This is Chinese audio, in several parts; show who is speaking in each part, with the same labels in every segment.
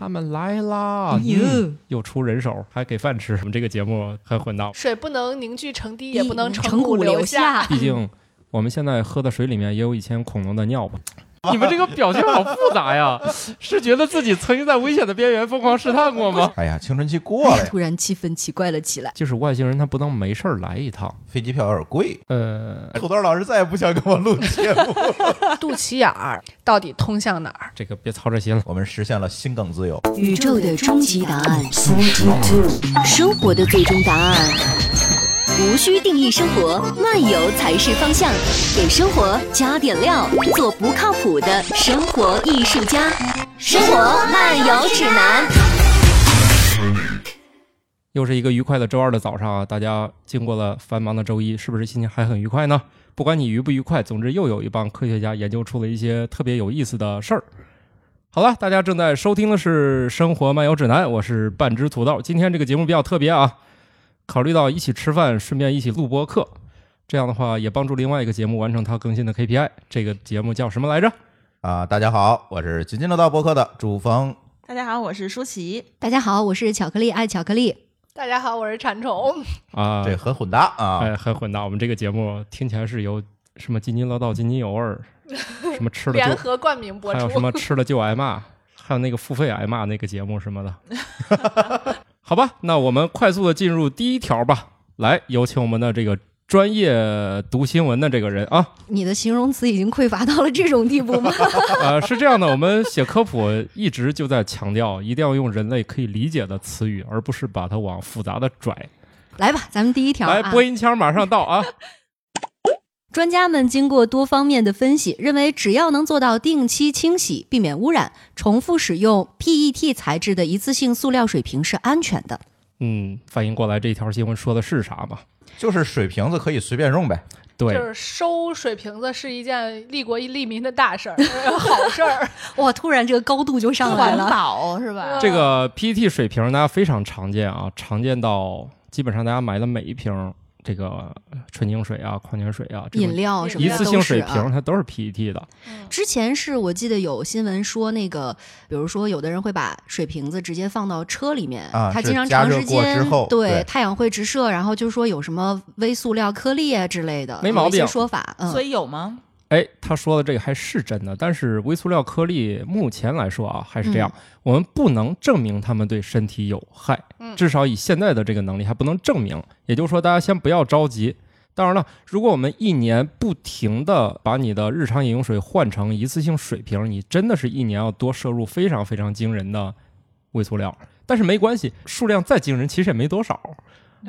Speaker 1: 他们来啦！
Speaker 2: 哎呦
Speaker 1: 嗯又出人手，还给饭吃。我们这个节目很混闹，
Speaker 3: 水不能凝聚成滴，也不能
Speaker 2: 成
Speaker 3: 骨
Speaker 2: 留
Speaker 3: 下。。
Speaker 1: 毕竟我们现在喝的水里面也有以前恐龙的尿吧。你们这个表情好复杂呀， 是觉得自己曾经在危险的边缘疯狂试探过吗？
Speaker 4: 哎呀，青春期过了 呀，
Speaker 2: 突然气氛奇怪了起来。
Speaker 1: 就是外星人他不能没事儿来一趟。
Speaker 4: 飞机票有点贵。
Speaker 1: 呃，
Speaker 4: 土豆老师再也不想跟我录节目，
Speaker 3: 肚脐眼 儿到底通向哪儿？
Speaker 1: 这个别操这心了。
Speaker 4: 我们实现了心梗自由。
Speaker 5: 宇宙的终极答案，生活的最终答案。无需定义生活，漫游才是方向。给生活加点料，做不靠谱的生活艺术家。生活漫游指南。
Speaker 1: 又是一个愉快的周二的早上啊！大家经过了繁忙的周一，是不是心情还很愉快呢？不管你愉不愉快，总之又有一帮科学家研究出了一些特别有意思的事儿。好了，大家正在收听的是《生活漫游指南》，我是半只土豆。今天这个节目比较特别啊，考虑到一起吃饭，顺便一起录播课，这样的话也帮助另外一个节目完成它更新的 KPI。这个节目叫什么来着？
Speaker 4: 啊，大家好，我是津津乐道播客的主峰。
Speaker 6: 大家好，我是舒淇。
Speaker 2: 大家好，我是巧克力爱巧克力。
Speaker 3: 大家好，我是馋虫。
Speaker 1: 啊、
Speaker 4: 这很混搭啊，
Speaker 1: 哎，很混搭。我们这个节目听起来是由什么津津乐道、津津有味儿，什么吃了
Speaker 3: 联
Speaker 1: 就，
Speaker 3: 合冠名播
Speaker 1: 还有
Speaker 3: 出。
Speaker 1: 什么吃了就挨骂，还有那个付费挨骂那个节目什么的。 好吧，那我们快速的进入第一条吧。来，有请我们的这个专业读新闻的这个人啊。
Speaker 2: 你的形容词已经匮乏到了这种地步 吗？
Speaker 1: 呃，是这样的，我们写科普一直就在强调，一定要用人类可以理解的词语，而不是把它往复杂的拽。
Speaker 2: 来吧，咱们第一条
Speaker 1: 来，
Speaker 2: 啊。
Speaker 1: 播音腔马上到啊！
Speaker 2: 专家们经过多方面的分析，认为只要能做到定期清洗、避免污染、重复使用 PET 材质的一次性塑料水瓶是安全的。
Speaker 1: 嗯，反应过来这条新闻说的是啥吗？
Speaker 4: 就是水瓶子可以随便用呗。
Speaker 1: 对，
Speaker 3: 就是收水瓶子是一件利国利民的大事 儿，好事儿。
Speaker 2: 哇，突然这个高度就上来
Speaker 6: 环
Speaker 2: 了。
Speaker 6: 保是
Speaker 2: 嗯
Speaker 6: 吧？
Speaker 1: 这个 PET 水瓶大家非常常见啊，常见到基本上大家买的每一瓶这个纯净水啊、矿泉水啊，这种
Speaker 2: 饮料什么
Speaker 1: 一
Speaker 2: 的
Speaker 1: 次
Speaker 2: 都
Speaker 1: 性
Speaker 2: 是
Speaker 1: 水
Speaker 2: 啊
Speaker 1: 瓶它都是 PET 的，
Speaker 2: 之前是我记得有新闻说，那个比如说有的人会把水瓶子直接放到车里面，
Speaker 4: 啊
Speaker 2: 它
Speaker 4: 是
Speaker 2: 经常
Speaker 4: 加
Speaker 2: 长
Speaker 4: 热
Speaker 2: 时
Speaker 4: 过
Speaker 2: 间
Speaker 4: 之后对
Speaker 2: 太阳会直射，然后就说有什么微塑料颗粒啊之类的，
Speaker 1: 没毛
Speaker 2: 有一些
Speaker 1: 病
Speaker 2: 说法，嗯，
Speaker 6: 所以有吗？
Speaker 1: 哎，他说的这个还是真的，但是微塑料颗粒目前来说啊，还是这样，我们不能证明它们对身体有害，
Speaker 3: 嗯
Speaker 1: 至少以现在的这个能力还不能证明。也就是说，大家先不要着急。当然了，如果我们一年不停的把你的日常饮用水换成一次性水瓶，你真的是一年要多摄入非常非常惊人的微塑料。但是没关系，数量再惊人，其实也没多少。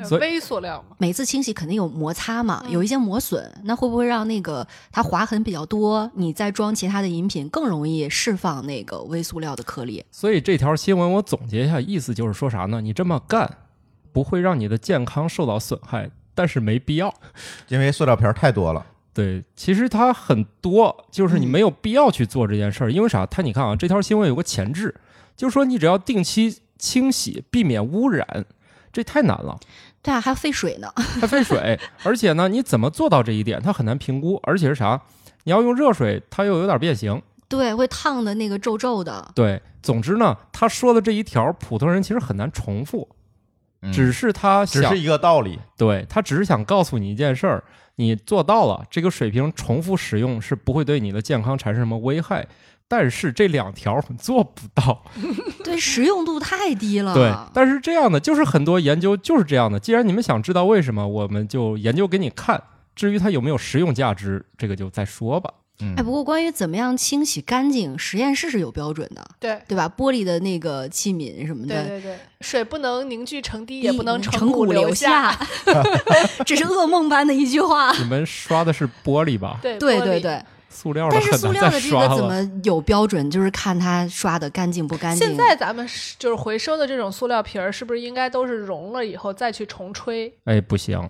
Speaker 1: 所以
Speaker 3: 微塑料嘛，
Speaker 2: 每次清洗肯定有摩擦嘛，
Speaker 3: 嗯
Speaker 2: 有一些磨损，那会不会让那个它划痕比较多？你再装其他的饮品更容易释放那个微塑料的颗粒？
Speaker 1: 所以这条新闻我总结一下，意思就是说啥呢？你这么干不会让你的健康受到损害，但是没必要。
Speaker 4: 因为塑料瓶儿太多了，
Speaker 1: 对，其实它很多，就是你没有必要去做这件事儿，因为啥？它你看啊，这条新闻有个前置，就是说你只要定期清洗，避免污染，这太难了，
Speaker 2: 对啊，还要费水呢。
Speaker 1: 还费水，而且呢，你怎么做到这一点？它很难评估，而且是啥？你要用热水，它又有点变形。
Speaker 2: 对，会烫的那个皱皱的。
Speaker 1: 对，总之呢，他说的这一条，普通人其实很难重复，
Speaker 4: 嗯
Speaker 1: 只是他
Speaker 4: 只
Speaker 1: 想
Speaker 4: 是一个道 理。
Speaker 1: 对他只是想告诉你一件事儿，你做到了，这个水平重复使用是不会对你的健康产生什么危害。但是这两条我们做不 到，
Speaker 2: 对，实用度太低了。
Speaker 1: 对。但是这样的就是很多研究就是这样的。既然你们想知道为什么，我们就研究给你看。至于它有没有实用价值，这个就再说吧。
Speaker 4: 嗯
Speaker 2: 哎，，不过关于怎么样清洗干净，实验室是有标准的，
Speaker 3: 对。
Speaker 2: 对吧？玻璃的那个器皿什么
Speaker 3: 对
Speaker 2: 的，
Speaker 3: 对对，水不能凝聚成滴，
Speaker 2: 一
Speaker 3: 也不能
Speaker 2: 成
Speaker 3: 骨
Speaker 2: 留
Speaker 3: 下。。
Speaker 2: 这是噩梦般的一句话。
Speaker 1: 你们刷的是玻璃吧？
Speaker 3: 对
Speaker 2: 对
Speaker 3: 玻
Speaker 2: 对
Speaker 3: 璃
Speaker 2: 对，
Speaker 1: 塑料的
Speaker 2: 但是
Speaker 1: 很
Speaker 2: 塑
Speaker 1: 难
Speaker 2: 料
Speaker 1: 再
Speaker 2: 的这
Speaker 1: 刷
Speaker 2: 个怎
Speaker 1: 了。
Speaker 2: 么有标准？就是看它刷的干净不干净。
Speaker 3: 现在咱们是就是回收的这种塑料瓶儿，是不是应该都是融了以后再去重吹？
Speaker 1: 哎，不行，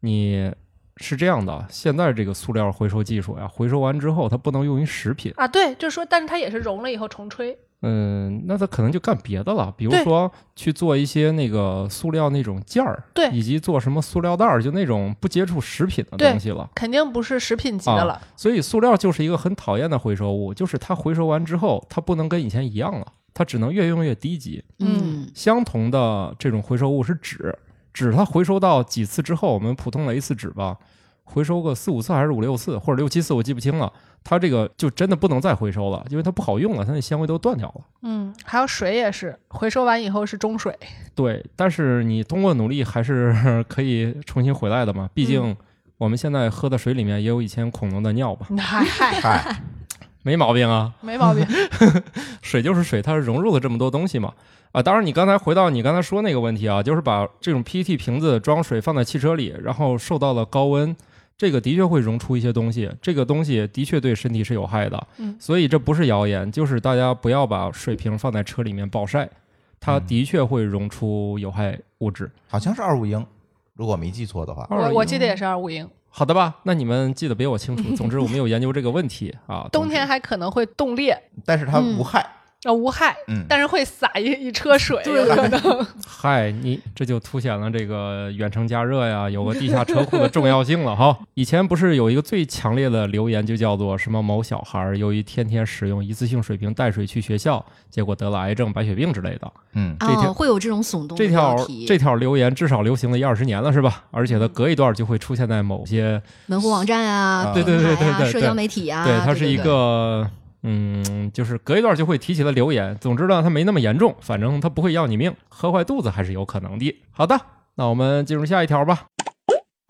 Speaker 1: 你是这样的，现在这个塑料回收技术呀，回收完之后它不能用于食品。
Speaker 3: 啊，对，就是说，但是它也是融了以后重吹。
Speaker 1: 嗯，那他可能就干别的了，比如
Speaker 3: 对
Speaker 1: 说去做一些那个塑料那种件儿，
Speaker 3: 对
Speaker 1: 以及做什么塑料袋儿，就那种不接触食品的
Speaker 3: 对
Speaker 1: 东西了。
Speaker 3: 肯定不是食品级的
Speaker 1: 啊
Speaker 3: 了。
Speaker 1: 所以塑料就是一个很讨厌的回收物，就是它回收完之后，它不能跟以前一样了。它只能越用越低级。
Speaker 2: 嗯
Speaker 1: 相同的这种回收物是纸，纸它回收到几次之后，我们普通的一次纸吧，回收个四五次还是五六次，或者六七次，我记不清了。它这个就真的不能再回收了，因为它不好用了，它那纤维都断掉了。
Speaker 3: 嗯，还有水也是，回收完以后是中水。
Speaker 1: 对，但是你通过努力还是 可以重新回来的嘛，毕竟我们现在喝的水里面也有以前恐龙的尿吧，
Speaker 3: 嗨嗨，
Speaker 4: 嗨，
Speaker 1: 没毛病啊。
Speaker 3: 没毛病。
Speaker 1: 水就是水，它是融入了这么多东西嘛。啊，当然，你刚才回到你刚才说那个问题啊，就是把这种 PET 瓶子装水放在汽车里，然后受到了高温，这个的确会溶出一些东西，这个东西的确对身体是有害的。
Speaker 3: 嗯
Speaker 1: 所以这不是谣言，就是大家不要把水瓶放在车里面暴晒，它的确会溶出有害物质。
Speaker 4: 好像是二五英，如果没记错的话，
Speaker 1: 二
Speaker 3: 我
Speaker 1: 五
Speaker 3: 我
Speaker 1: 英
Speaker 3: 记得也是 二五英，
Speaker 1: 好的吧，那你们记得比我清楚。总之，我们有研究这个问题啊。
Speaker 3: 冬天还可能会冻裂，
Speaker 4: 但是它无害。
Speaker 3: 呃，无害，
Speaker 4: 嗯，
Speaker 3: 但是会洒一一车水，有可能。
Speaker 1: 嗨，你这就凸显了这个远程加热呀，有个地下车库的重要性了哈。以前不是有一个最强烈的留言，就叫做什么某小孩儿由于天天使用一次性水瓶带水去学校，结果得了癌症、白血病之类的。
Speaker 4: 嗯，
Speaker 1: 这条
Speaker 2: 啊，会有这种耸动的
Speaker 1: 这条
Speaker 2: 标题，
Speaker 1: 这条留言至少流行了一二十年了，是吧？而且它隔一段就会出现在某些，
Speaker 2: 门户网站啊，
Speaker 4: 对
Speaker 1: 对对
Speaker 2: 平台啊
Speaker 1: 对对对
Speaker 2: 社交媒体啊，
Speaker 1: 对，它
Speaker 2: 对
Speaker 1: 是一
Speaker 2: 对
Speaker 1: 个。嗯，就是隔一段就会提起的留言。总之呢，它没那么严重，反正它不会要你命，喝坏肚子还是有可能的。好的，那我们进入下一条吧。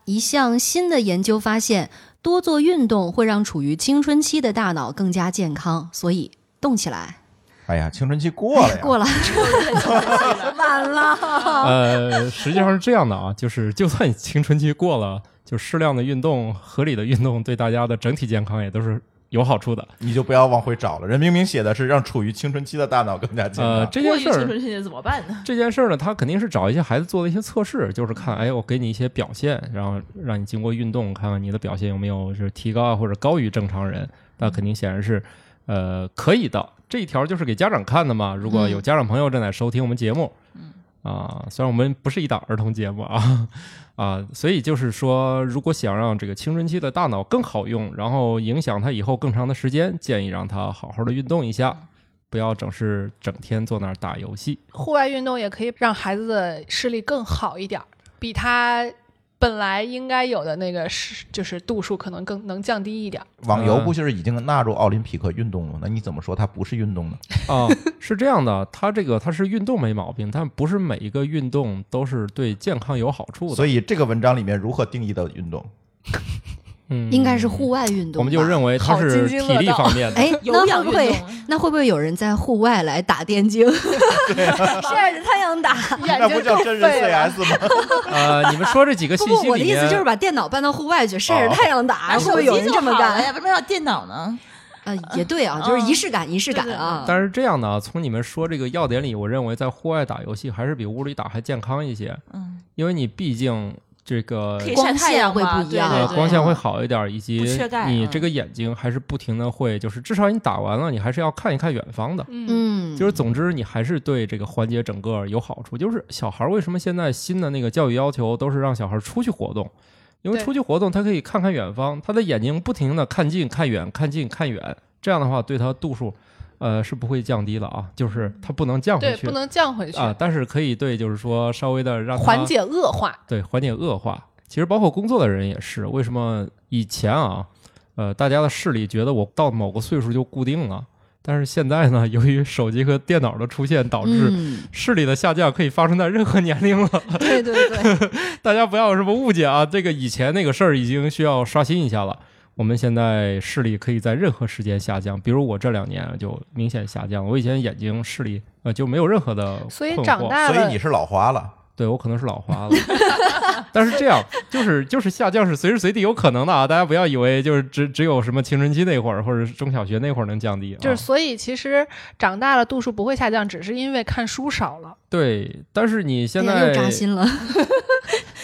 Speaker 2: 一项新的研究发现，多做运动会让处于青春期的大脑更加健康，所以动起来。
Speaker 4: 哎呀，青春期 过了呀，
Speaker 2: 过
Speaker 4: 了，
Speaker 2: 了，晚了。
Speaker 1: 呃，实际上是这样的啊，就是就算你青春期过了，就适量的运动、合理的运动，对大家的整体健康也都是有好处的。
Speaker 4: 你就不要往回找了。人明明写的是让处于青春期的大脑更加健
Speaker 1: 呃，
Speaker 4: 康。
Speaker 1: 这
Speaker 6: 过
Speaker 1: 件
Speaker 6: 于
Speaker 1: 事
Speaker 6: 青
Speaker 1: 儿，
Speaker 6: 春期的怎么办 呢？
Speaker 1: 这件事儿呢，他肯定是找一些孩子做了一些测试，就是看，哎，我给你一些表现，然后让你经过运动，看看你的表现有没有是提高啊，或者高于正常人。那肯定显然是，呃，可以的。这一条就是给家长看的嘛。如果有家长朋友正在收听我们节目，啊，虽然我们不是一档儿童节目啊，啊，所以就是说，如果想让这个青春期的大脑更好用，然后影响他以后更长的时间，建议让他好好的运动一下，不要整是整天坐那儿打游戏。
Speaker 3: 户外运动也可以让孩子的视力更好一点儿，比他本来应该有的那个是就是度数可能更能降低一点儿。
Speaker 4: 网游不就是已经纳入奥林匹克运动了吗？那你怎么说它不是运动呢？
Speaker 1: 啊，是这样的，它这个它是运动没毛病，但不是每一个运动都是对健康有好处的。
Speaker 4: 所以这个文章里面如何定义的运动？
Speaker 1: 嗯，
Speaker 2: 应该是户外运动吧，
Speaker 1: 我们就认为它
Speaker 3: 好
Speaker 1: 是
Speaker 3: 津津
Speaker 1: 体
Speaker 3: 乐
Speaker 1: 力
Speaker 3: 道
Speaker 1: 方面的。
Speaker 2: 哎，那
Speaker 6: 有氧
Speaker 2: 会不会
Speaker 6: 运动
Speaker 2: 那会不会有人在户外来打 电竞，
Speaker 1: 啊
Speaker 2: 晒着太阳打？
Speaker 3: 眼
Speaker 4: 那不
Speaker 3: 睛
Speaker 4: 叫
Speaker 3: 够
Speaker 4: 真人
Speaker 3: 废了。
Speaker 4: CS 吗？
Speaker 1: 呃，你们说这几个
Speaker 2: 不
Speaker 1: 信
Speaker 2: 不
Speaker 1: 息，
Speaker 2: 我的
Speaker 1: 里
Speaker 2: 意思
Speaker 1: 面，
Speaker 2: 就是把电脑搬到户外去，晒着
Speaker 4: 哦
Speaker 2: 太阳打，会
Speaker 6: 拿
Speaker 2: 不
Speaker 6: 手
Speaker 2: 会
Speaker 6: 机
Speaker 2: 有人
Speaker 6: 就
Speaker 2: 这么
Speaker 6: 好了
Speaker 2: 干？
Speaker 6: 呀，为什么要电脑呢？
Speaker 2: 呃，也对啊，就是
Speaker 6: 嗯
Speaker 2: 仪式感，仪式感啊。
Speaker 1: 但是这样的啊，从你们说这个要点里，我认为在户外打游戏还是比屋里打还健康一些，
Speaker 6: 嗯，
Speaker 1: 因为你毕竟这个
Speaker 6: 可以
Speaker 2: 光
Speaker 6: 晒太阳
Speaker 2: 线会
Speaker 6: 嘛
Speaker 2: 不一
Speaker 6: 对
Speaker 2: 样
Speaker 1: 呃
Speaker 6: 对
Speaker 2: 啊
Speaker 6: 对
Speaker 1: 光线会好一点，以及
Speaker 6: 不缺钙
Speaker 1: 你
Speaker 6: 嗯
Speaker 1: 这个眼睛还是不停的会，就是至少你打完了，你还是要看一看远方的。
Speaker 3: 嗯，
Speaker 2: 嗯，
Speaker 1: 就是总之，你还是对这个缓解整个有好处。就是小孩儿为什么现在新的那个教育要求都是让小孩儿出去活动，因为
Speaker 3: 对
Speaker 1: 出去活动他可以看看远方，他的眼睛不停的看近看远看近看远，这样的话对他度数，呃是不会降低了啊，就是他不能降回
Speaker 3: 对，
Speaker 1: 去
Speaker 3: 不能降回去，
Speaker 1: 啊，但是可以对就是说稍微的让他
Speaker 3: 缓解恶化。
Speaker 1: 对缓解恶化。其实包括工作的人也是，为什么以前啊，呃，大家的视力觉得我到某个岁数就固定了，但是现在呢，由于手机和电脑的出现，导致、
Speaker 2: 嗯，
Speaker 1: 视力的下降可以发生在任何年龄了，
Speaker 2: 对对 对，
Speaker 1: 大家不要有什么误解啊！这个以前那个事儿已经需要刷新一下了。我们现在视力可以在任何时间下降，比如我这两年就明显下降了。我以前眼睛视力呃就没有任何的困惑，
Speaker 3: 所以长大
Speaker 4: 所以
Speaker 3: 了
Speaker 4: 你，是老花了，
Speaker 1: 对我可能是老花了， 但是这样就是就是下降是随时随地有可能的啊！大家不要以为就是只只有什么青春期那会儿或者是中小学那会儿能降低、啊，
Speaker 3: 就是所以其实长大了度数不会下降，只是因为看书少了。
Speaker 1: 对。但是你现
Speaker 2: 哎呀
Speaker 1: 在
Speaker 2: 又扎心了。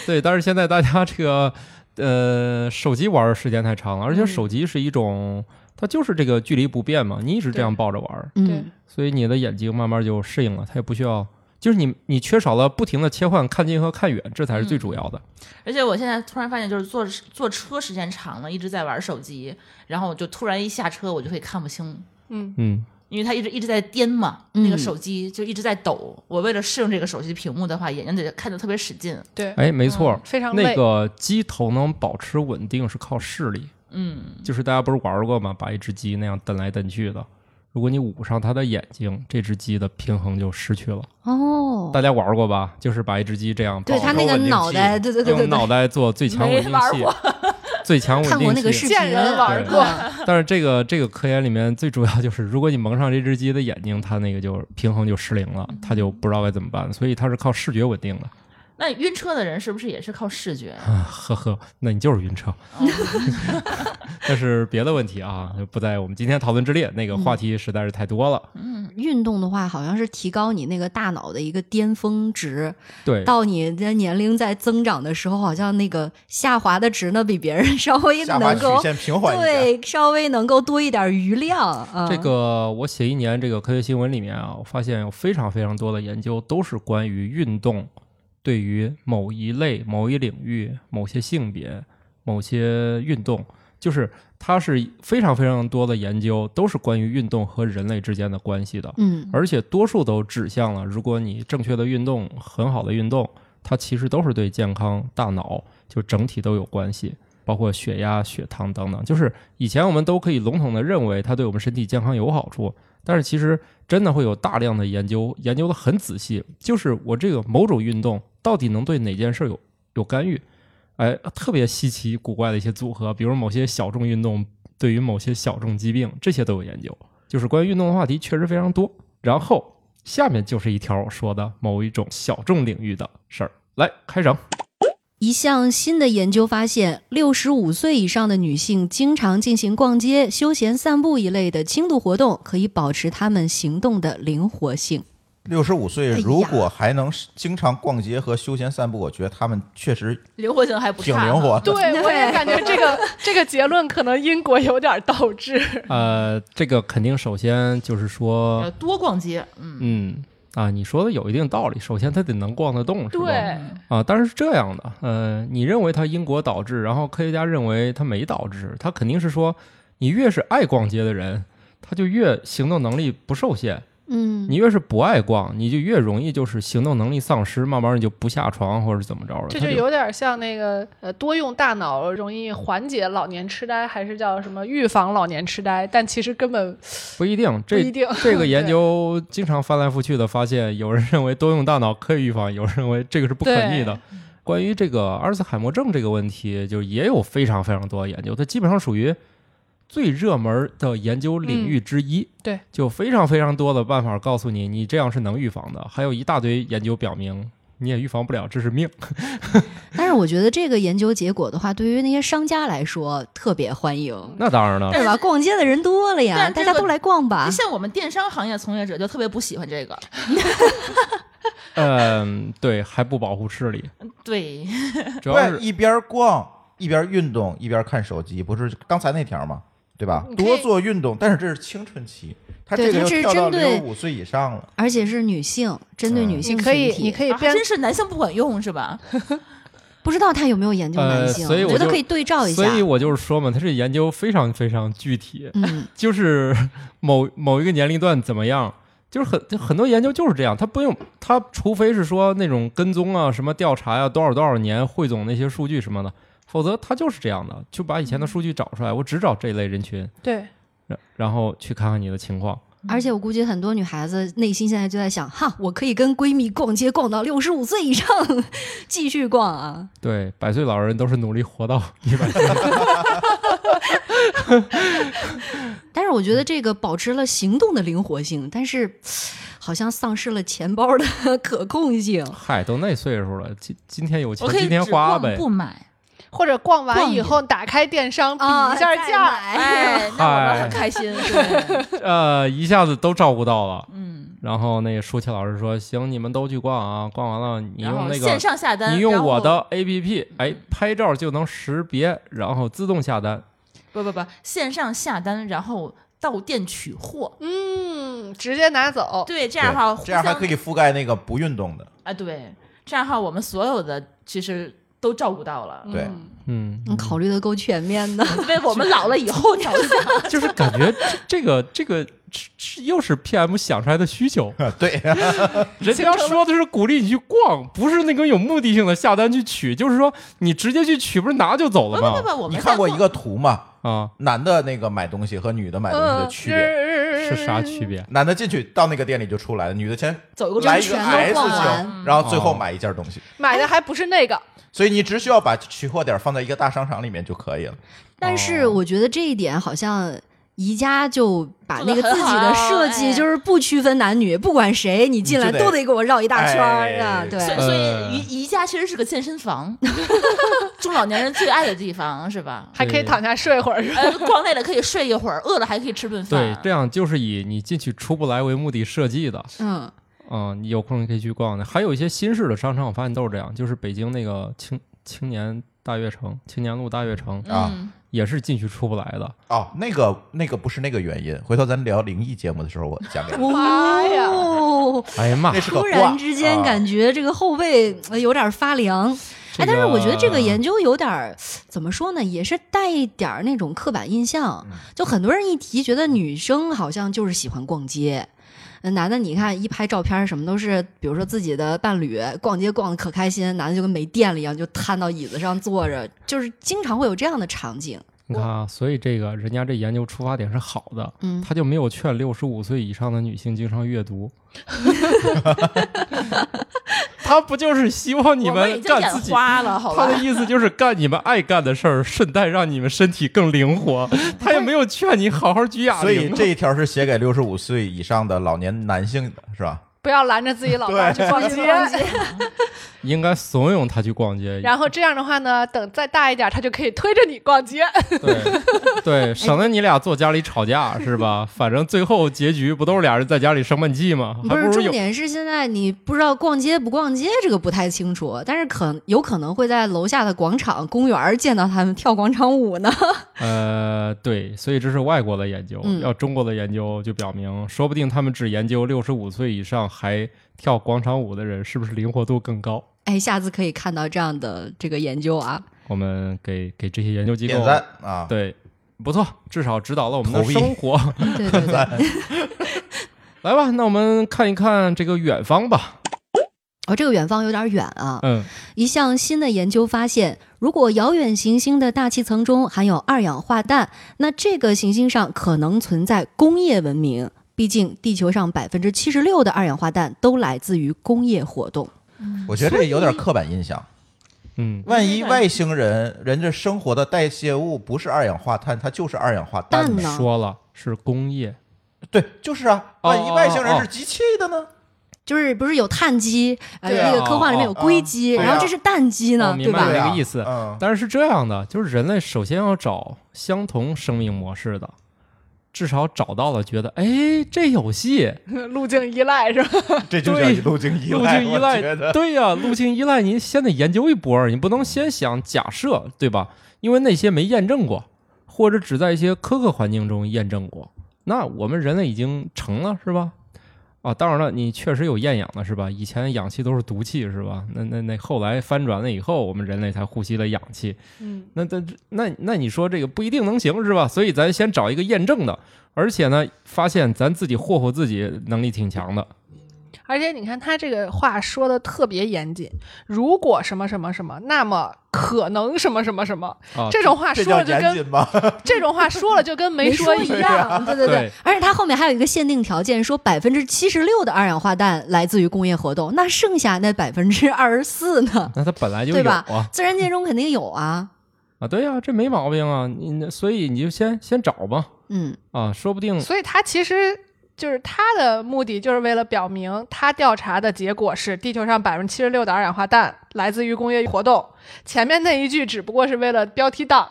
Speaker 1: 对，但是现在大家这个呃手机玩儿时间太长了，而且
Speaker 3: 嗯
Speaker 1: 手机是一种，它就是这个距离不变嘛，你一直这
Speaker 3: 对
Speaker 1: 样抱着玩儿，
Speaker 3: 对
Speaker 2: 嗯，
Speaker 1: 所以你的眼睛慢慢就适应了，它也不需要，就是你你缺少了不停的切换看近和看远，这才是最主要的。
Speaker 6: 而且我现在突然发现，就是坐坐车时间长了，一直在玩手机，然后我就突然一下车，我就会看不清
Speaker 3: 嗯，
Speaker 1: 嗯，
Speaker 6: 因为它一直一直在颠嘛，
Speaker 2: 嗯
Speaker 6: 那个手机就一直在抖。我为了适应这个手机屏幕的话，眼睛得看得特别使劲。
Speaker 3: 对，
Speaker 1: 哎，没错，
Speaker 3: 非常累
Speaker 1: 那个鸡头能保持稳定是靠视力，
Speaker 6: 嗯，
Speaker 1: 就是大家不是玩过吗？把一只鸡那样蹬来蹬去的，如果你捂上它的眼睛，这只鸡的平衡就失去了。
Speaker 2: 哦，
Speaker 1: 大家玩过吧？就是把一只鸡这样抱
Speaker 2: 对
Speaker 1: 着，
Speaker 2: 他那个脑袋，对对对对
Speaker 1: 用脑
Speaker 2: 对，
Speaker 1: 袋做最强稳定
Speaker 6: 没玩
Speaker 1: 器
Speaker 6: 过，
Speaker 1: 最强 稳定器。
Speaker 2: 看过那个视频，
Speaker 3: 见人玩
Speaker 1: 过
Speaker 2: 嗯
Speaker 1: 但是这个这个科研里面最主要就是，如果你蒙上这只鸡的眼睛，它那个就平衡就失灵了，它就不知道该怎么办，所以它是靠视觉稳定的。
Speaker 6: 那晕车的人是不是也是靠视觉？嗯
Speaker 1: 啊，呵呵，那你就是晕车。但是别的问题啊，就不在我们今天讨论之列，那个话题实在是太多了。
Speaker 2: 运动的话，好像是提高你那个大脑的一个巅峰值，
Speaker 1: 对，
Speaker 2: 到你的年龄在增长的时候，好像那个下滑的值呢，比别人稍微
Speaker 4: 下巴
Speaker 2: 能
Speaker 4: 曲
Speaker 2: 够
Speaker 4: 线平缓一点。
Speaker 2: 对稍微能够多一点余量啊。
Speaker 1: 这个我写一年这个科学新闻里面啊，我发现有非常非常多的研究都是关于运动对于某一类、某一领域、某些性别、某些运动，就是它是非常非常多的研究都是关于运动和人类之间的关系的，
Speaker 2: 嗯，
Speaker 1: 而且多数都指向了，如果你正确的运动、很好的运动，它其实都是对健康、大脑就整体都有关系。包括血压、血糖等等，就是以前我们都可以笼统的认为它对我们身体健康有好处，但是其实真的会有大量的研究，研究的很仔细，就是我这个某种运动到底能对哪件事儿有有干预，哎，特别稀奇古怪的一些组合，比如某些小众运动对于某些小众疾病，这些都有研究，就是关于运动的话题确实非常多。然后下面就是一条我说的某一种小众领域的事儿，来开整。
Speaker 2: 一项新的研究发现，六十五岁以上的女性经常进行逛街、休闲散步一类的轻度活动，可以保持她们行动的灵活性。
Speaker 4: 六十五岁
Speaker 2: 哎呀
Speaker 4: 如果还能经常逛街和休闲散步，我觉得他们确实
Speaker 6: 灵活性还不
Speaker 4: 挺
Speaker 6: 差呢，
Speaker 4: 灵活的。
Speaker 3: 对，我也感觉这 个这个结论可能因果有点倒置。
Speaker 1: 呃，这个肯定首先就是说
Speaker 6: 要，多逛街，嗯，
Speaker 1: 嗯啊，你说的有一定道理。首先，他得能逛得动，是吧？
Speaker 3: 对，
Speaker 1: 啊，但是是这样的，呃，你认为它因果导致，然后科学家认为它没导致，他肯定是说，你越是爱逛街的人，他就越行动能力不受限；
Speaker 2: 嗯
Speaker 1: 你越是不爱逛，你就越容易就是行动能力丧失，慢慢你就不下床或者怎么着了。
Speaker 3: 这
Speaker 1: 他
Speaker 3: 就有点像那个呃，多用大脑容易缓解老年痴呆，还是叫什么预防老年痴呆？但其实根本
Speaker 1: 不一定，
Speaker 3: 不
Speaker 1: 这
Speaker 3: 一定。
Speaker 1: 这个研究经常翻来覆去的发现，有人认为多用大脑可以预防，有人认为这个是不可逆的。关于这个阿尔茨海默症这个问题，就也有非常非常多的研究，它基本上属于最热门的研究领域之一。
Speaker 3: 对，
Speaker 1: 就非常非常多的办法告诉你，你这样是能预防的，还有一大堆研究表明你也预防不了，这是命。
Speaker 2: 但是我觉得这个研究结果的话，对于那些商家来说特别欢迎，
Speaker 1: 那当然了，
Speaker 2: 是吧？逛街的人多了
Speaker 3: 啊
Speaker 2: 呀，
Speaker 6: 但
Speaker 2: 大
Speaker 6: 这个
Speaker 2: 家都来逛吧。
Speaker 6: 像我们电商行业从业者就特别不喜欢这个，
Speaker 1: 嗯、对，还不保护视力，
Speaker 6: 对，
Speaker 1: 主要
Speaker 4: 对
Speaker 1: 是
Speaker 4: 一边逛一边运动一边看手机，不是刚才那条吗？对吧？
Speaker 3: 你可以
Speaker 4: 多做运动，但是这是青春期，他
Speaker 2: 对
Speaker 4: 这个
Speaker 2: 它是
Speaker 4: 又跳
Speaker 2: 针
Speaker 4: 到
Speaker 2: 对
Speaker 4: 六十五岁以上了。
Speaker 2: 而且是女性，针
Speaker 1: 嗯
Speaker 2: 对女性
Speaker 3: 你
Speaker 2: 群
Speaker 3: 可以，
Speaker 2: 体
Speaker 3: 你可以
Speaker 6: 啊还
Speaker 3: 边
Speaker 6: 真是男性不管用是吧？
Speaker 2: 不知道他有没有研究男性，
Speaker 1: 呃所以我
Speaker 2: 觉得
Speaker 1: 就
Speaker 2: 可以对照一下
Speaker 1: 所。以我就是说嘛，它这研究非常非常具体。
Speaker 2: 嗯，
Speaker 1: 就是 某某一个年龄段怎么样，就是很很多研究就是这样，他不用他，除非是说那种跟踪啊、什么调查呀、多少多少年汇总那些数据什么的，否则他就是这样的，就把以
Speaker 6: 嗯
Speaker 1: 前的数据找出来，我只找这一类人群，
Speaker 3: 对，
Speaker 1: 然然后去看看你的情况。
Speaker 2: 而且我估计很多女孩子内心现在就在想，哈，我可以跟闺蜜逛街逛到六十五岁以上，继续逛啊。
Speaker 1: 对，百岁老人都是努力活到 一百岁。
Speaker 2: 但是我觉得这个保持了行动的灵活性，但是嘶好像丧失了钱包的 可控性。
Speaker 1: 嗨，都那岁数了，今今天有钱
Speaker 6: 我可以
Speaker 1: 今天
Speaker 6: 只逛
Speaker 1: 花呗。
Speaker 6: 不买，
Speaker 3: 或者逛哦完
Speaker 6: 逛
Speaker 3: 以
Speaker 6: 一
Speaker 3: 后打开电商比
Speaker 2: 啊
Speaker 3: 一下
Speaker 2: 再
Speaker 3: 价，
Speaker 2: 买
Speaker 6: 哎，那我们很开 心，对，
Speaker 1: 呃，一下子都照顾到了。
Speaker 6: 嗯，
Speaker 1: 然后那舒淇老师说：“行，你们都去逛啊，逛完了你
Speaker 6: 然
Speaker 1: 用
Speaker 6: 后
Speaker 1: 那个
Speaker 6: 线上下单，
Speaker 1: 你用
Speaker 6: 然后
Speaker 1: 我的 APP，哎，拍照就能识别，然后自动下单。
Speaker 6: 不不不，线上下单，然后到店取货，
Speaker 3: 嗯，直接拿走。
Speaker 6: 对，这
Speaker 4: 这
Speaker 6: 样的话，
Speaker 4: 这样还可以覆盖那个不运动的。
Speaker 6: 啊，对，这样的话，我们所有的其实都照顾到 了，
Speaker 4: 对
Speaker 3: 嗯
Speaker 1: 嗯，
Speaker 2: 你考虑的够全面的，
Speaker 6: 为我们老了以后着想，
Speaker 1: 就是感觉这这个这个这这又是 PM 想出来的需求。
Speaker 4: 对，
Speaker 1: 人家说的是鼓励你去逛，不是那种有目的性的下单去取，就是说你直接去取，不是拿就走
Speaker 6: 不
Speaker 1: 了
Speaker 6: 不不
Speaker 1: 吗？
Speaker 6: 不，我
Speaker 4: 你
Speaker 6: 们
Speaker 4: 看
Speaker 6: 在
Speaker 4: 过一个图吗？
Speaker 1: 啊，
Speaker 4: 男的那个买东西和女的买东西
Speaker 3: 嗯
Speaker 4: 的区别，
Speaker 3: 是
Speaker 1: 是啥区？别？
Speaker 4: 男的进去到那个店里就出来了，女的先
Speaker 6: 走一个
Speaker 4: 来
Speaker 6: 路
Speaker 4: 一个
Speaker 2: 全都
Speaker 4: S
Speaker 2: 逛完
Speaker 4: 型，然后最后
Speaker 1: 哦
Speaker 4: 买一件东西。
Speaker 3: 买的还不是那个，
Speaker 4: 所以你只需要把取货点放在一个大商场里面就可以了。
Speaker 2: 但是
Speaker 1: 哦
Speaker 2: 我觉得这一点好像宜家就把那个
Speaker 6: 做得
Speaker 2: 自
Speaker 6: 很
Speaker 2: 己的
Speaker 6: 好
Speaker 2: 设计
Speaker 6: 哎
Speaker 2: 就是不区分男女，不管谁你进来
Speaker 4: 你就得
Speaker 2: 都得给我绕一大圈儿啊
Speaker 4: 哎！
Speaker 2: 对，
Speaker 6: 所以，所
Speaker 1: 呃
Speaker 6: 以宜宜家其实是个健身房， 中老年人最爱的地方是吧？
Speaker 3: 还可以躺下睡会儿。
Speaker 6: 呃，逛累了可以睡一会儿，饿了还可以吃顿
Speaker 1: 对
Speaker 6: 饭。，
Speaker 4: 啊
Speaker 1: 这样就是以你进去出不来为目的设计的。
Speaker 2: 嗯，
Speaker 1: 嗯，你有空可以去逛的。还有一些新式的商场，我发现都是这样，就是北京那个青青年大悦城、青年路大悦城，
Speaker 4: 啊
Speaker 6: 嗯，
Speaker 1: 也是进去出不来的。
Speaker 4: 哦，那个那个不是那个原因，回头咱聊灵异节目的时候我讲给你。
Speaker 3: 妈呀
Speaker 2: 哦，
Speaker 1: 哎呀妈
Speaker 4: 那！是个
Speaker 2: 突
Speaker 4: 卦
Speaker 2: 然之间
Speaker 4: 啊
Speaker 2: 感觉这个后背呃有点发凉。哎，但是我觉得这个研究有点儿怎么说呢，也是带一点儿那种刻板印象。就很多人一提，觉得女生好像就是喜欢逛街。呃男的，你看一拍照片，什么都是，比如说自己的伴侣逛街逛的可开心，男的就跟没电了一样，就瘫到椅子上坐着，就是经常会有这样的场景。
Speaker 1: 你看啊，所以这个人家这研究出发点是好的，
Speaker 2: 嗯
Speaker 1: 他就没有劝六十五岁以上的女性经常阅 读，他不就是希望你
Speaker 6: 我们已经
Speaker 1: 干
Speaker 6: 眼
Speaker 1: 自己？
Speaker 6: 花了，好
Speaker 1: 他
Speaker 6: 吧
Speaker 1: 的？意思就是干你们爱干的事儿，顺带让你们身体更灵 活。他也没有劝你好好举哑
Speaker 4: 所以
Speaker 1: 铃。
Speaker 4: 这一条是写给六十五岁以上的老年男性的，是吧？
Speaker 3: 不要拦着自己老伴儿去逛街，
Speaker 1: 应该怂恿他去逛街，
Speaker 3: 然后这样的话呢，等再大一点，他就可以推着你逛街。
Speaker 1: 对 对，省得你俩坐家里吵架是吧？反正最后结局不都是俩人在家里生闷气吗？还
Speaker 2: 哎不是
Speaker 1: 如
Speaker 2: 重
Speaker 1: 有
Speaker 2: 点是现在你不知道逛街不逛街这个不太清楚，但是可有可能会在楼下的广场、公园儿见到他们跳广场舞呢。
Speaker 1: 呃，对，所以这是外国的研究，
Speaker 2: 嗯
Speaker 1: 要中国的研究就表明，说不定他们只研究六十五岁以上还跳广场舞的人是不是灵活度更高。
Speaker 2: 哎，下次可以看到这样的这个研究 啊。
Speaker 1: 我们给给这些研究机构
Speaker 4: 点赞啊！
Speaker 1: 哎对，不错，至少指导了我们的
Speaker 4: 投币
Speaker 1: 生活。
Speaker 2: 对对对，
Speaker 1: 来吧，那我们看一看这个远方吧。
Speaker 2: 哦，这个远方有点远啊。
Speaker 1: 嗯，
Speaker 2: 一项新的研究发现，如果遥远行星的大气层中含有二氧化氮，那这个行星上可能存在工业文明。毕竟，地球上百分之七十六的二氧化氮都来自于工业活动。
Speaker 4: 我觉得这有点刻板印象。
Speaker 1: 嗯，
Speaker 4: 万一外星人人家生活的代谢物不是二氧化碳，它就是二氧化
Speaker 2: 氮
Speaker 4: 氮
Speaker 2: 呢
Speaker 4: 呢？
Speaker 1: 说了是工业，
Speaker 4: 对，就是啊。
Speaker 1: 哦
Speaker 4: 万一外星人是
Speaker 1: 哦
Speaker 4: 机器的呢？
Speaker 2: 就是不是有碳基，呃，
Speaker 4: 对啊
Speaker 2: 那个科幻里面有硅基，
Speaker 4: 哦哦
Speaker 2: 然后这是氮基呢，
Speaker 1: 哦
Speaker 2: 对
Speaker 1: 明白
Speaker 2: 吧？
Speaker 1: 了
Speaker 4: 对啊
Speaker 1: 那个意思
Speaker 4: 嗯，
Speaker 1: 但是是这样的，就是人类首先要找相同生命模式的，至少找到了，觉得哎这有戏，
Speaker 3: 路径依赖是吧？
Speaker 4: 嗯这就叫
Speaker 1: 对
Speaker 4: 路径依赖。
Speaker 1: 路径依
Speaker 4: 我觉
Speaker 1: 赖，
Speaker 4: 得
Speaker 1: 对呀、路径依赖，你先得研究一波儿，你不能先想假设，对吧？因为那些没验证过，或者只在一些苛刻环境中验证过，那我们人类已经成了，是吧？啊，当然了，你确实有厌氧的是吧？以前氧气都是毒气是吧？那那那后来翻转了以后，我们人类才呼吸了氧气。
Speaker 3: 嗯，
Speaker 1: 那那那那你说这个不一定能行是吧？所以咱先找一个验证的，而且呢，发现咱自己霍霍自己能力挺强的，
Speaker 3: 而且你看他这个话说的特别严谨，如果什么什么什么，那么可能什么什么什么，
Speaker 1: 啊
Speaker 3: 这种话
Speaker 4: 哦这
Speaker 3: 说
Speaker 4: 叫
Speaker 3: 了就
Speaker 4: 严
Speaker 3: 跟
Speaker 4: 谨吗？
Speaker 3: 这种话说了就跟没
Speaker 2: 说
Speaker 3: 说
Speaker 2: 一
Speaker 3: 一样。
Speaker 2: 样，对对对
Speaker 1: 对。
Speaker 2: 而且它后面还有一个限定条件，说百分之七十六的二氧化氮来自于工业活动，那剩下那百分之二十四呢？
Speaker 1: 那它本来就
Speaker 2: 对
Speaker 1: 有
Speaker 2: 吧
Speaker 1: 啊
Speaker 2: 自然界中肯定有啊。
Speaker 1: 啊，对呀、这没毛病啊。你那所以你就先先找吧
Speaker 2: 嗯，
Speaker 1: 啊，说不定
Speaker 3: 所以他其实就是他的目的，就是为了表明他调查的结果是地球上百分之七十六的二氧化氮来自于工业活动。前面那一句只不过是为了标题党，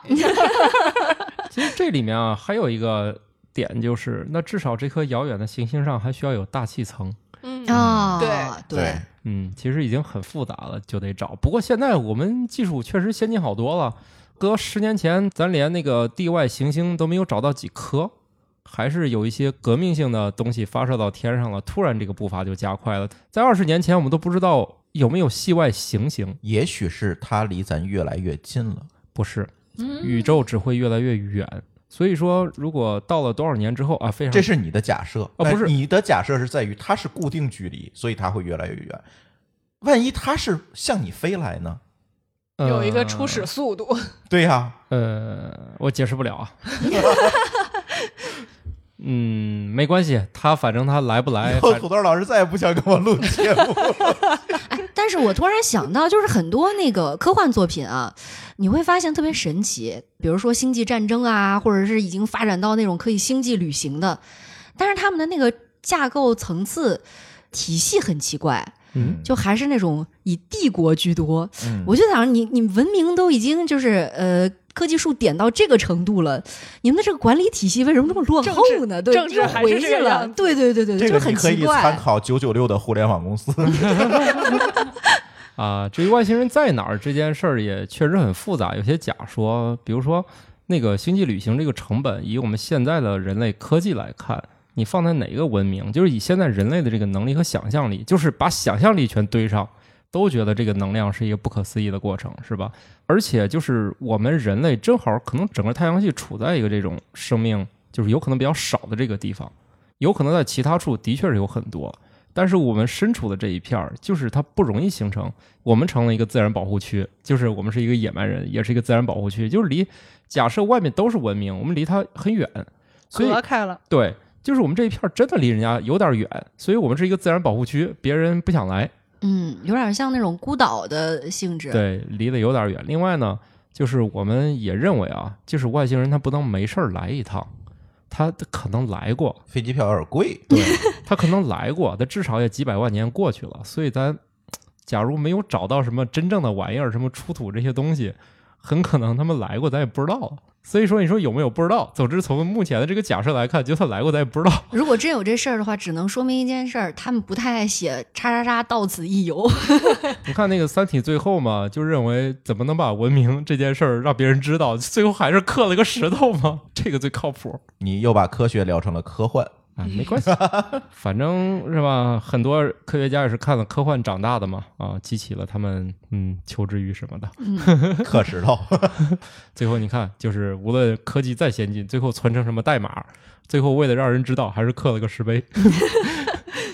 Speaker 1: 其实这里面啊还有一个点就是，那至少这颗遥远的行星上还需要有大气层。
Speaker 3: 嗯
Speaker 2: 啊、
Speaker 3: 对
Speaker 4: 对，
Speaker 1: 嗯，其实已经很复杂了，就得找。不过现在我们技术确实先进好多了，搁十年前，咱连那个地外行星都没有找到几颗，还是有一些革命性的东西发射到天上了。突然这个步伐就加快了，在二十年前我们都不知道有没有系外行星，
Speaker 4: 也许是它离咱越来越近了。
Speaker 3: 嗯
Speaker 1: 不是，宇宙只会越来越远。所以说，如果到了多少年之后啊，非常
Speaker 4: 这是你的假设
Speaker 1: 啊不
Speaker 4: 那
Speaker 1: 是
Speaker 4: 你的假设是在于它是固定距离，所以它会越来越远。万一它是向你飞来呢？
Speaker 3: 有一个初始速度，
Speaker 4: 对呀、
Speaker 1: 呃，我解释不了啊。嗯，没关系，他反正他来不来，
Speaker 4: 以后
Speaker 1: 反
Speaker 4: 土豆老师再也不想跟我录节目。
Speaker 2: 哎但是我突然想到，就是很多那个科幻作品啊，你会发现特别神奇，比如说星际战争啊，或者是已经发展到那种可以星际旅行的，但是他们的那个架构层次体系很奇怪，
Speaker 1: 嗯
Speaker 2: 就还是那种以帝国居多。
Speaker 4: 嗯
Speaker 2: 我就想，你你文明都已经就是呃。科技树点到这个程度了，你们的这个管理体系为什么这么落
Speaker 3: 政治
Speaker 2: 后呢？对，
Speaker 3: 政治
Speaker 2: 又
Speaker 3: 还
Speaker 2: 回
Speaker 3: 是这
Speaker 2: 去
Speaker 3: 个
Speaker 2: 了，
Speaker 3: 样子
Speaker 2: 对对对对对，
Speaker 4: 这
Speaker 2: 就
Speaker 4: 个
Speaker 2: 很
Speaker 4: 你可
Speaker 2: 奇
Speaker 4: 以
Speaker 2: 怪。
Speaker 4: 参考九九六的互联网 公司。
Speaker 1: 啊，至于外星人在哪儿这件事儿也确实很复杂，有些假说，比如说那个星际旅行这个成本，以我们现在的人类科技来看，你放在哪个文明，就是以现在人类的这个能力和想象力，就是把想象力全堆上，都觉得这个能量是一个不可思议的过程，是吧？而且就是我们人类正好可能整个太阳系处在一个这种生命就是有可能比较少的这个地方，有可能在其他处的确是有很多。但是我们身处的这一片儿，就是它不容易形成，我们成了一个自然保护区，就是我们是一个野蛮人，也是一个自然保护区，就是离假设外面都是文明，我们离它很远，所以
Speaker 3: 隔开了。
Speaker 1: 对，就是我们这一片儿真的离人家有点远，所以我们是一个自然保护区，别人不想来，
Speaker 2: 嗯，有点像那种孤岛的性质。
Speaker 1: 对，离得有点远。另外呢，就是我们也认为啊，就是外星人他不能没事儿来一趟，他可能来过，
Speaker 4: 飞机票有点贵，
Speaker 1: 他可能来过，他至少也几百万年过去了，所以咱假如没有找到什么真正的玩意儿，什么出土这些东西，很可能他们来过，咱也不知道了。所以说，你说有没有不知道？总之，从目前的这个假设来看，就算来过，咱也不知道。
Speaker 2: 如果真有这事儿的话，只能说明一件事儿：他们不太爱写“叉叉叉到此一游
Speaker 1: 你看那个《三体》最后嘛，就认为怎么能把文明这件事儿让别人知道，最后还是刻了个石头嘛，这个最靠谱。
Speaker 4: 你又把科学聊成了科幻。
Speaker 1: 啊，没关系，反正是吧？很多科学家也是看了科幻长大的嘛，啊，激起了他们嗯求知欲什么的。
Speaker 2: 嗯
Speaker 4: 可石头，
Speaker 1: 最后你看，就是无论科技再先进，最后传成什么代码，最后为了让人知道，还是刻了个石 碑，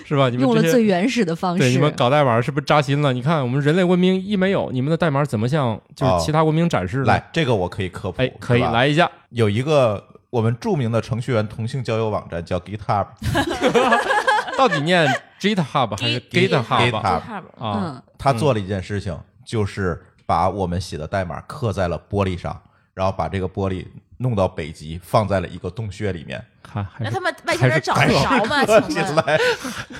Speaker 1: 是吧？”，你们
Speaker 2: 用
Speaker 1: 这
Speaker 2: 了最
Speaker 1: 些
Speaker 2: 原始的方
Speaker 1: 对你们
Speaker 2: 式。
Speaker 1: 搞代码是不是扎心了？你看我们人类文明一没有，你们的代码怎么向就是其他文明展示呢？，
Speaker 4: 来，这个我可以科普，
Speaker 1: 哎，可以
Speaker 4: 是吧。
Speaker 1: 来一下。
Speaker 4: 有一个我们著名的程序员同性交友网站叫 GitHub，
Speaker 1: 到底 念 GitHub 还是 GitHub 啊？
Speaker 2: 嗯，
Speaker 4: 他做了一件事情，就是把我们写的代码刻在了玻璃上，然后把这个玻璃弄到北极，放在了一个洞穴里面。
Speaker 1: 看还
Speaker 6: 那
Speaker 1: 是
Speaker 6: 他们外星人找得着吗？
Speaker 4: 刻起
Speaker 6: 请问？
Speaker 4: 来，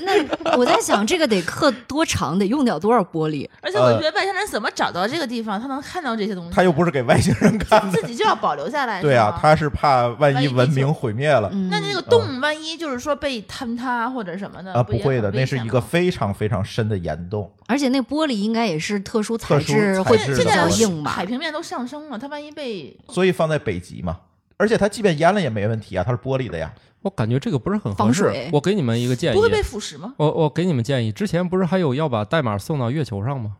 Speaker 2: 那我在想，这个得刻多长，得用掉多少玻璃？
Speaker 6: 而且我觉得外星人怎么找到这个地方，他能看到这些东西？
Speaker 4: 他又不是给外星人 看的。
Speaker 6: 自己就要保留下来。
Speaker 4: 对
Speaker 6: 是
Speaker 4: 啊
Speaker 6: 吗，
Speaker 4: 他是怕嗯万一文明毁灭了。
Speaker 2: 嗯，
Speaker 6: 那那个洞万一就是说被坍塌或者什么的
Speaker 4: 啊，
Speaker 6: 也
Speaker 4: 不会的，
Speaker 6: 很危
Speaker 4: 那是
Speaker 6: 险
Speaker 4: 一个
Speaker 6: 吗
Speaker 4: 非常非常深的岩洞。
Speaker 2: 而且那玻璃应该也是特殊材
Speaker 4: 特
Speaker 2: 质，
Speaker 4: 殊材
Speaker 2: 会
Speaker 4: 质
Speaker 2: 比
Speaker 6: 现在
Speaker 2: 较
Speaker 4: 的玻璃
Speaker 2: 硬吧
Speaker 6: 海？平面都上升了，它万一被
Speaker 4: 所以放在北极嘛。而且它即便淹了也没问题啊，它是玻璃的呀。
Speaker 1: 我感觉这个不是很合
Speaker 2: 防
Speaker 1: 适
Speaker 2: 水。。
Speaker 1: 我给你们一个
Speaker 4: 哎
Speaker 1: 建议
Speaker 6: 不，会被腐蚀吗？
Speaker 1: 我我给你们建议，之前不是还有要把代码送到月球上吗？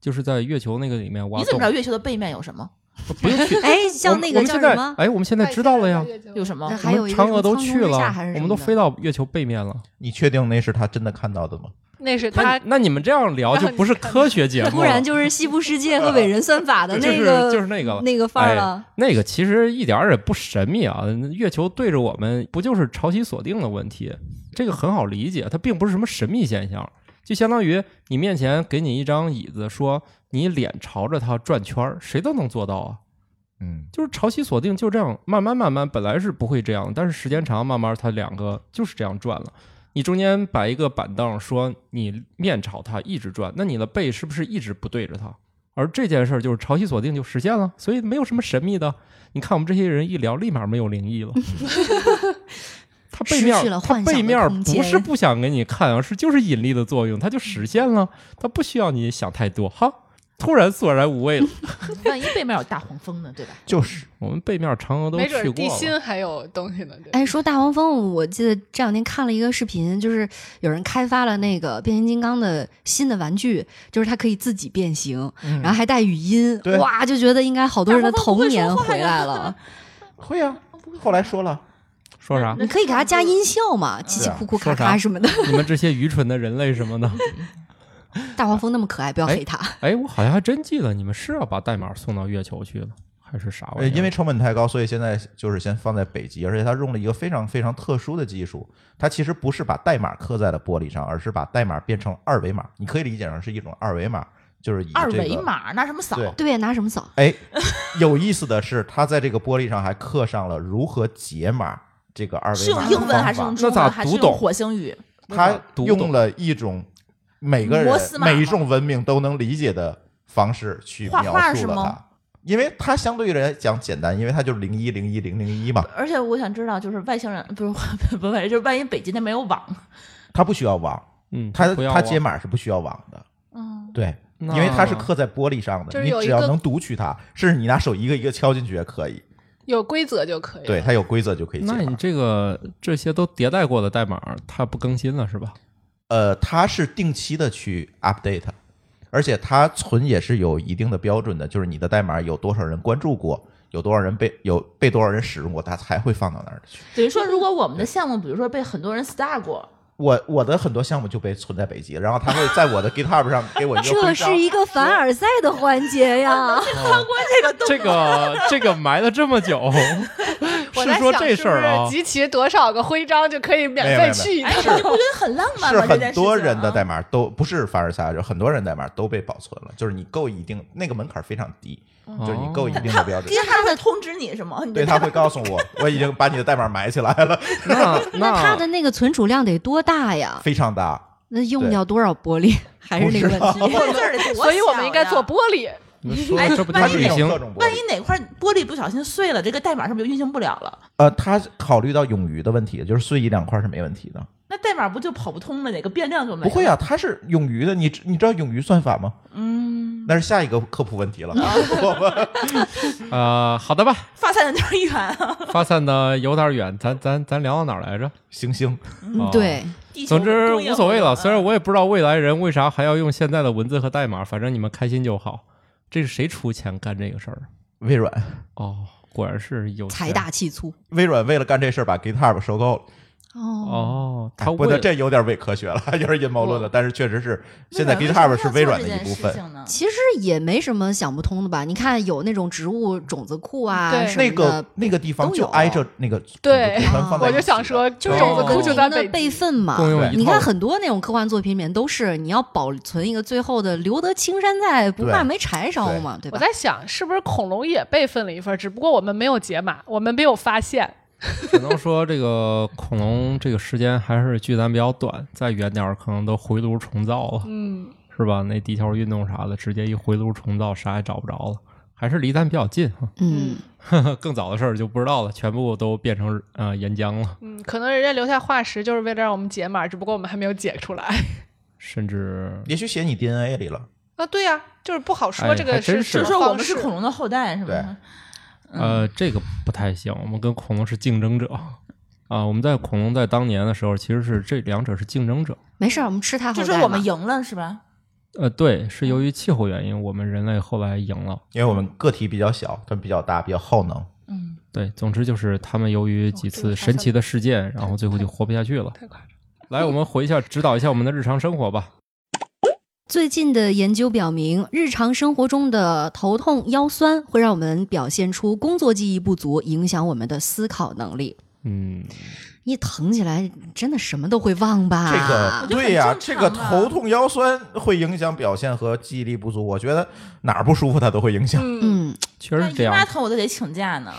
Speaker 1: 就是在月球那个里面挖
Speaker 6: 你
Speaker 1: 洞。
Speaker 6: 怎么知道月球的背面有什么？
Speaker 1: 不用去
Speaker 2: 哎， 像那
Speaker 1: 我
Speaker 2: 个
Speaker 1: 们
Speaker 2: 叫
Speaker 1: 现
Speaker 2: 什
Speaker 1: 在
Speaker 2: 么？
Speaker 1: 哎，我们现在知道了呀，
Speaker 6: 有什么
Speaker 2: 那？
Speaker 1: 我
Speaker 2: 还有
Speaker 1: 们
Speaker 2: 一个
Speaker 1: 嫦娥都
Speaker 2: 什么
Speaker 1: 去
Speaker 2: 苍穹之
Speaker 1: 了
Speaker 2: 下还是，
Speaker 1: 我
Speaker 2: 什
Speaker 1: 们
Speaker 2: 么
Speaker 1: 都
Speaker 2: 的
Speaker 1: 飞到月球背面了。
Speaker 4: 你确定那是他真的看到的吗？
Speaker 3: 那是
Speaker 1: 那
Speaker 3: 他
Speaker 1: 那你们这样聊就不是科学节目了，
Speaker 2: 突然就是西部世界和伟人算法的
Speaker 1: 就
Speaker 2: 那
Speaker 1: 是
Speaker 2: 个，
Speaker 1: 就是那个了。
Speaker 2: 那个范儿了。
Speaker 1: 哎那个其实一点儿也不神秘啊，月球对着我们，不就是潮汐锁定的问题？这个很好理解，它并不是什么神秘现象，就相当于你面前给你一张椅子，说你脸朝着它转圈儿，谁都能做到啊。
Speaker 4: 嗯，
Speaker 1: 就是潮汐锁定就这样，慢慢慢慢，本来是不会这样，但是时间长，慢慢它两个就是这样转了。你中间摆一个板凳，说你面朝它一直转，那你的背是不是一直不对着它？而这件事儿就是潮汐锁定就实现了，所以没有什么神秘的。你看我们这些人一聊，立马没有灵异 了。它背
Speaker 2: 失去
Speaker 1: 面，它
Speaker 2: 了幻想的
Speaker 1: 背面
Speaker 2: 空间
Speaker 1: 不是不想给你看啊，是就是引力的作用，它就实现了，它不需要你想太多。哈，突然索然无味了。
Speaker 6: 万一背面有大黄蜂呢？对吧？
Speaker 4: 就是
Speaker 1: 我们背面嫦娥都
Speaker 3: 没
Speaker 1: 去过
Speaker 3: 准
Speaker 1: 了。
Speaker 3: 儿地心还有东西呢。对
Speaker 2: 哎，说大黄蜂，我记得这两天看了一个视频，就是有人开发了那个变形金刚的新的玩具，就是它可以自己变形，
Speaker 1: 嗯
Speaker 2: 然后还带语音
Speaker 4: 对，
Speaker 2: 哇，就觉得应该好多人的童年回来了。
Speaker 4: 会啊，
Speaker 6: 不会。
Speaker 4: 后来说了，
Speaker 1: 说 啥？
Speaker 2: 你可以给它加音效 嘛，叽叽咕咕、
Speaker 1: 啊说啥
Speaker 2: 咔咔什么 的。
Speaker 1: 你们这些愚蠢的人类什么的？
Speaker 2: 大黄蜂那么可爱，不要黑它。
Speaker 1: 哎，我好像还真记得你们是要把代码送到月球去了，还是啥玩
Speaker 4: 呃，
Speaker 1: 意儿？
Speaker 4: 因为成本太高，所以现在就是先放在北极，而且它用了一个非常非常特殊的技术，它其实不是把代码刻在了玻璃上，而是把代码变成二维码，你可以理解成是一种二维码，就是以、这个、
Speaker 6: 二维。码拿什么扫？啊
Speaker 4: 对
Speaker 2: 对，拿什么扫？
Speaker 4: 哎，有意思的是，它在这个玻璃上还刻上了如何解码这个二
Speaker 6: 是
Speaker 4: 维码
Speaker 6: 用
Speaker 4: 的
Speaker 6: 英文还是
Speaker 4: 方法
Speaker 6: 用中
Speaker 1: 那咋
Speaker 6: 文还是
Speaker 1: 读懂
Speaker 6: 用火星语？
Speaker 4: 他
Speaker 1: 读懂
Speaker 4: 用了一种每个
Speaker 6: 摩
Speaker 4: 人
Speaker 6: 斯码吗
Speaker 4: 每一种文明都能理解的方式去
Speaker 6: 画画
Speaker 4: 描
Speaker 6: 是
Speaker 4: 述了
Speaker 6: 吗
Speaker 4: 它，因为它相对于来讲简单，因为它就是零一零一零零一嘛，
Speaker 6: 而且我想知道，就是外星人不是 不是外星人，就是万一北极那没有网，
Speaker 4: 它不需要网，
Speaker 1: 嗯，
Speaker 4: 它
Speaker 1: 不要
Speaker 4: 它
Speaker 1: 啊
Speaker 4: 解，码是不需要网的，
Speaker 6: 嗯，
Speaker 4: 对，
Speaker 1: 那
Speaker 4: 因为它是刻在玻璃上
Speaker 3: 就
Speaker 4: 的，
Speaker 3: 是
Speaker 4: 你
Speaker 3: 有一
Speaker 4: 只要
Speaker 3: 个
Speaker 4: 能读取它，甚至你拿手一个一个敲进去也可以，
Speaker 3: 有规则就可以了。
Speaker 4: 对，它有规则就可以解
Speaker 1: 那你
Speaker 4: 码。
Speaker 1: 这个这些都迭代过的代码，它不更新了是 吧？
Speaker 4: 呃，它是定期的去 update，而且它存也是有一定的标准的，就是你的代码有多少人关注过，有多少人被有被多少人使用过，它才会放到那儿去。
Speaker 6: 等于说如果我们的项目，比如说被很多人 star 过，
Speaker 4: 我我的很多项目就被存在北极，然后它会在我的 GitHub 上给我一个
Speaker 2: 这
Speaker 4: 徽章
Speaker 2: 是一个凡尔赛的环节呀！
Speaker 1: 哦这 个这个埋了这么久，
Speaker 3: 我
Speaker 1: 是
Speaker 3: 在
Speaker 1: 说
Speaker 3: 想
Speaker 1: 这事儿啊
Speaker 3: 是不是？集齐多少个徽章就可以免费去一趟
Speaker 6: 哎，？你不觉得很浪漫
Speaker 4: 是
Speaker 6: 吗？这
Speaker 4: 很
Speaker 6: 件事
Speaker 4: 多
Speaker 6: 情
Speaker 4: 人的
Speaker 6: 啊
Speaker 4: 代码都不是凡尔赛，就很多人代码都被保存了，就是你够一定那个门槛非常低，就是你够一定的标准
Speaker 6: 因。为哦他会通知你是吗？你
Speaker 4: 对，
Speaker 6: 的
Speaker 4: 他会告诉我，我已经把你的代码埋起来了，
Speaker 1: 那
Speaker 2: 那它的那个存储量得多大呀？
Speaker 4: 非常大。
Speaker 2: 那用掉多少玻璃？还是那个问题。
Speaker 6: 你这字儿得多小呀
Speaker 3: 所以我们应该做玻璃。
Speaker 1: 你们说
Speaker 6: 哎
Speaker 1: 这不就
Speaker 4: 它
Speaker 6: 万一
Speaker 4: 是
Speaker 1: 旅
Speaker 4: 用
Speaker 1: 行
Speaker 4: 各种玻
Speaker 6: 万
Speaker 4: 璃
Speaker 6: 一。哪块玻璃不小心碎了，这个代码是不是就运行不了了？
Speaker 4: 呃，他考虑到冗余的问题，就是碎一两块是没问题的。
Speaker 6: 那代码不就跑不通了？哪个变量就没
Speaker 4: 不
Speaker 6: 了？
Speaker 4: 会啊，它是冗余的，你知你知道冗余算法吗？
Speaker 6: 嗯，
Speaker 4: 那是下一个科普问题了。
Speaker 6: 哦
Speaker 1: 呃，好的吧，
Speaker 6: 发散的就是远啊。
Speaker 1: 发散的有点远，咱咱咱聊到哪儿来着？
Speaker 4: 行星，
Speaker 1: 哦
Speaker 2: 嗯，对，
Speaker 6: 地球
Speaker 1: 总之
Speaker 6: 工业
Speaker 2: 啊
Speaker 6: 嗯
Speaker 1: 无所谓
Speaker 6: 化
Speaker 1: 了，
Speaker 6: 的
Speaker 1: 虽然我也不知道未来人为啥还要用现在的文字和代码，反正你们开心就好。这是谁出钱干这个事儿？
Speaker 4: 微软，
Speaker 1: 哦，果然是有钱
Speaker 2: 财大气粗。
Speaker 4: 微软为了干这事儿把 GitHub 收购了。
Speaker 2: 哦，
Speaker 1: 哦，
Speaker 4: 哎
Speaker 1: 他
Speaker 4: 不
Speaker 1: 为
Speaker 4: 过
Speaker 1: 了
Speaker 4: 这有点伪科学了， 有点阴谋论了。但是确实是，现在
Speaker 6: 微软
Speaker 4: GitHub
Speaker 6: 为什
Speaker 4: 是
Speaker 6: 么
Speaker 4: 微
Speaker 6: 要
Speaker 4: 软的
Speaker 6: 做这
Speaker 4: 一
Speaker 6: 件
Speaker 4: 部
Speaker 6: 事
Speaker 4: 分。
Speaker 6: 情呢。
Speaker 2: 其实也没什么想不通的吧？你看有那种植物种子库啊
Speaker 3: 对
Speaker 2: 什
Speaker 4: 那
Speaker 2: 么
Speaker 4: 个
Speaker 2: 的，
Speaker 4: 那个地方
Speaker 2: 都
Speaker 4: 就
Speaker 2: 有
Speaker 4: 挨着那个
Speaker 3: 对
Speaker 4: 骨盆放在
Speaker 3: 我
Speaker 4: 一起
Speaker 3: 就想说，
Speaker 2: 就
Speaker 3: 就是种子库
Speaker 2: 文
Speaker 3: 就
Speaker 2: 明
Speaker 3: 在
Speaker 2: 的
Speaker 3: 北
Speaker 2: 备
Speaker 3: 极。
Speaker 2: 份嘛
Speaker 1: 共。用一套
Speaker 2: 你看很多那种科幻作品里面都是，你要保存一个最后的留得青山在，不怕
Speaker 4: 对
Speaker 2: 没柴烧嘛，对吧？
Speaker 3: 我在想，是不是恐龙也备份了一份，只不过我们没有解码，我们没有发现。
Speaker 1: 只能说这个恐龙这个时间还是距咱比较短，再远点儿可能都回炉重造了，
Speaker 3: 嗯，
Speaker 1: 是吧？那地壳运动啥的，直接一回炉重造，啥也找不着了。还是离咱比较近 哈，
Speaker 2: 嗯，
Speaker 1: 更早的事儿就不知道了，全部都变成呃岩浆了，
Speaker 3: 嗯，可能人家留下化石就是为了让我们解码，只不过我们还没有解出来。
Speaker 1: 甚至
Speaker 4: 也许写你 DNA 里了。
Speaker 3: 啊，对呀、就是不好
Speaker 1: 哎
Speaker 3: 说这
Speaker 1: 还
Speaker 3: 个
Speaker 1: 真
Speaker 3: 什
Speaker 1: 是
Speaker 6: 就
Speaker 3: 么
Speaker 6: 是说我
Speaker 3: 方
Speaker 6: 们
Speaker 3: 式
Speaker 6: 是恐龙的后代，是嗯
Speaker 4: 对
Speaker 6: 吗？
Speaker 3: 嗯
Speaker 1: 呃，这个不太行。我们跟恐龙是竞争者啊。我们在恐龙在当年的时候，其实是这两者是竞争者。
Speaker 2: 没事儿，我们吃它后
Speaker 6: 就
Speaker 2: 代
Speaker 6: 是我们
Speaker 2: 嘛
Speaker 6: 赢了，是吧？
Speaker 1: 呃，对，是由于气候原因，我们人类后来赢了。
Speaker 4: 因为我们个体比较小，它们比较大，比较耗能。
Speaker 6: 嗯，
Speaker 1: 对，总之就是他们由于几
Speaker 3: 哦这
Speaker 1: 次
Speaker 3: 个
Speaker 1: 神奇的事件，然后最后就活不下去了。
Speaker 3: 太夸张。
Speaker 1: 来，我们回一下，指导一下我们的日常生活吧。
Speaker 2: 最近的研究表明，日常生活中的头痛、腰酸会让我们表现出工作记忆不足，影响我们的思考能力。
Speaker 1: 嗯，
Speaker 2: 一疼起来，真的什么都会忘吧？
Speaker 4: 这个
Speaker 6: 就很
Speaker 4: 对呀、
Speaker 6: 正
Speaker 4: 这
Speaker 6: 常
Speaker 4: 个
Speaker 6: 啊
Speaker 4: 头痛腰酸会影响表现和记忆力不足。我觉得哪儿不舒服它都会影响。
Speaker 3: 嗯，
Speaker 2: 嗯，
Speaker 1: 确实
Speaker 6: 那
Speaker 1: 是这
Speaker 6: 姨
Speaker 1: 样
Speaker 6: 妈，疼我都得请 假呢。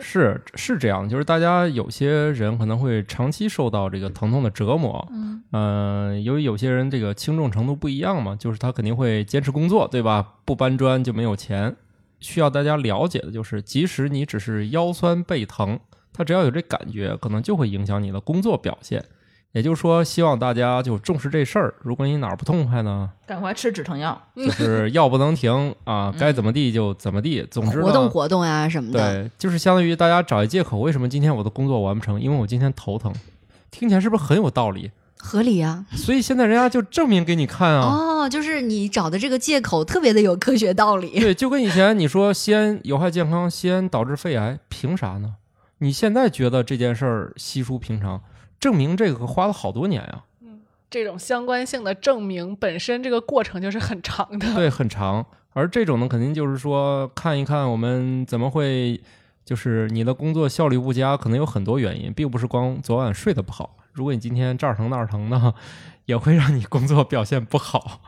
Speaker 1: 是是这样，就是大家有些人可能会长期受到这个疼痛的折磨。
Speaker 6: 嗯，
Speaker 1: 嗯，由于有些人这个轻重程度不一样嘛，就是他肯定会坚持工作，对吧？不搬砖就没有钱。需要大家了解的就是，即使你只是腰酸背疼，他只要有这感觉，可能就会影响你的工作表现。也就是说，希望大家就重视这事儿。如果你哪儿不痛快呢，
Speaker 6: 赶快吃止疼药。
Speaker 2: 嗯
Speaker 1: 就是药不能停啊，该怎么地就怎么地。总之呢，
Speaker 2: 活动活动呀、什么的，
Speaker 1: 对，就是相当于大家找一借口，为什么今天我的工作完不成？因为我今天头疼。听起来是不是很有道理？
Speaker 2: 合理呀、
Speaker 1: 所以现在人家就证明给你看啊。
Speaker 2: 哦，就是你找的这个借口特别的有科学道理。
Speaker 1: 对，就跟以前你说吸烟有害健康，吸烟导致肺癌，凭啥呢？你现在觉得这件事儿稀疏平常，证明这个花了好多年啊呀、
Speaker 3: 这种相关性的证明本身这个过程就是很长 的。
Speaker 1: 对，很长。而这种呢，肯定就是说看一看我们怎么会，就是你的工作效率不佳，可能有很多原因，并不是光昨晚睡得不好。如果你今天这儿疼那儿疼的，也会让你工作表现不好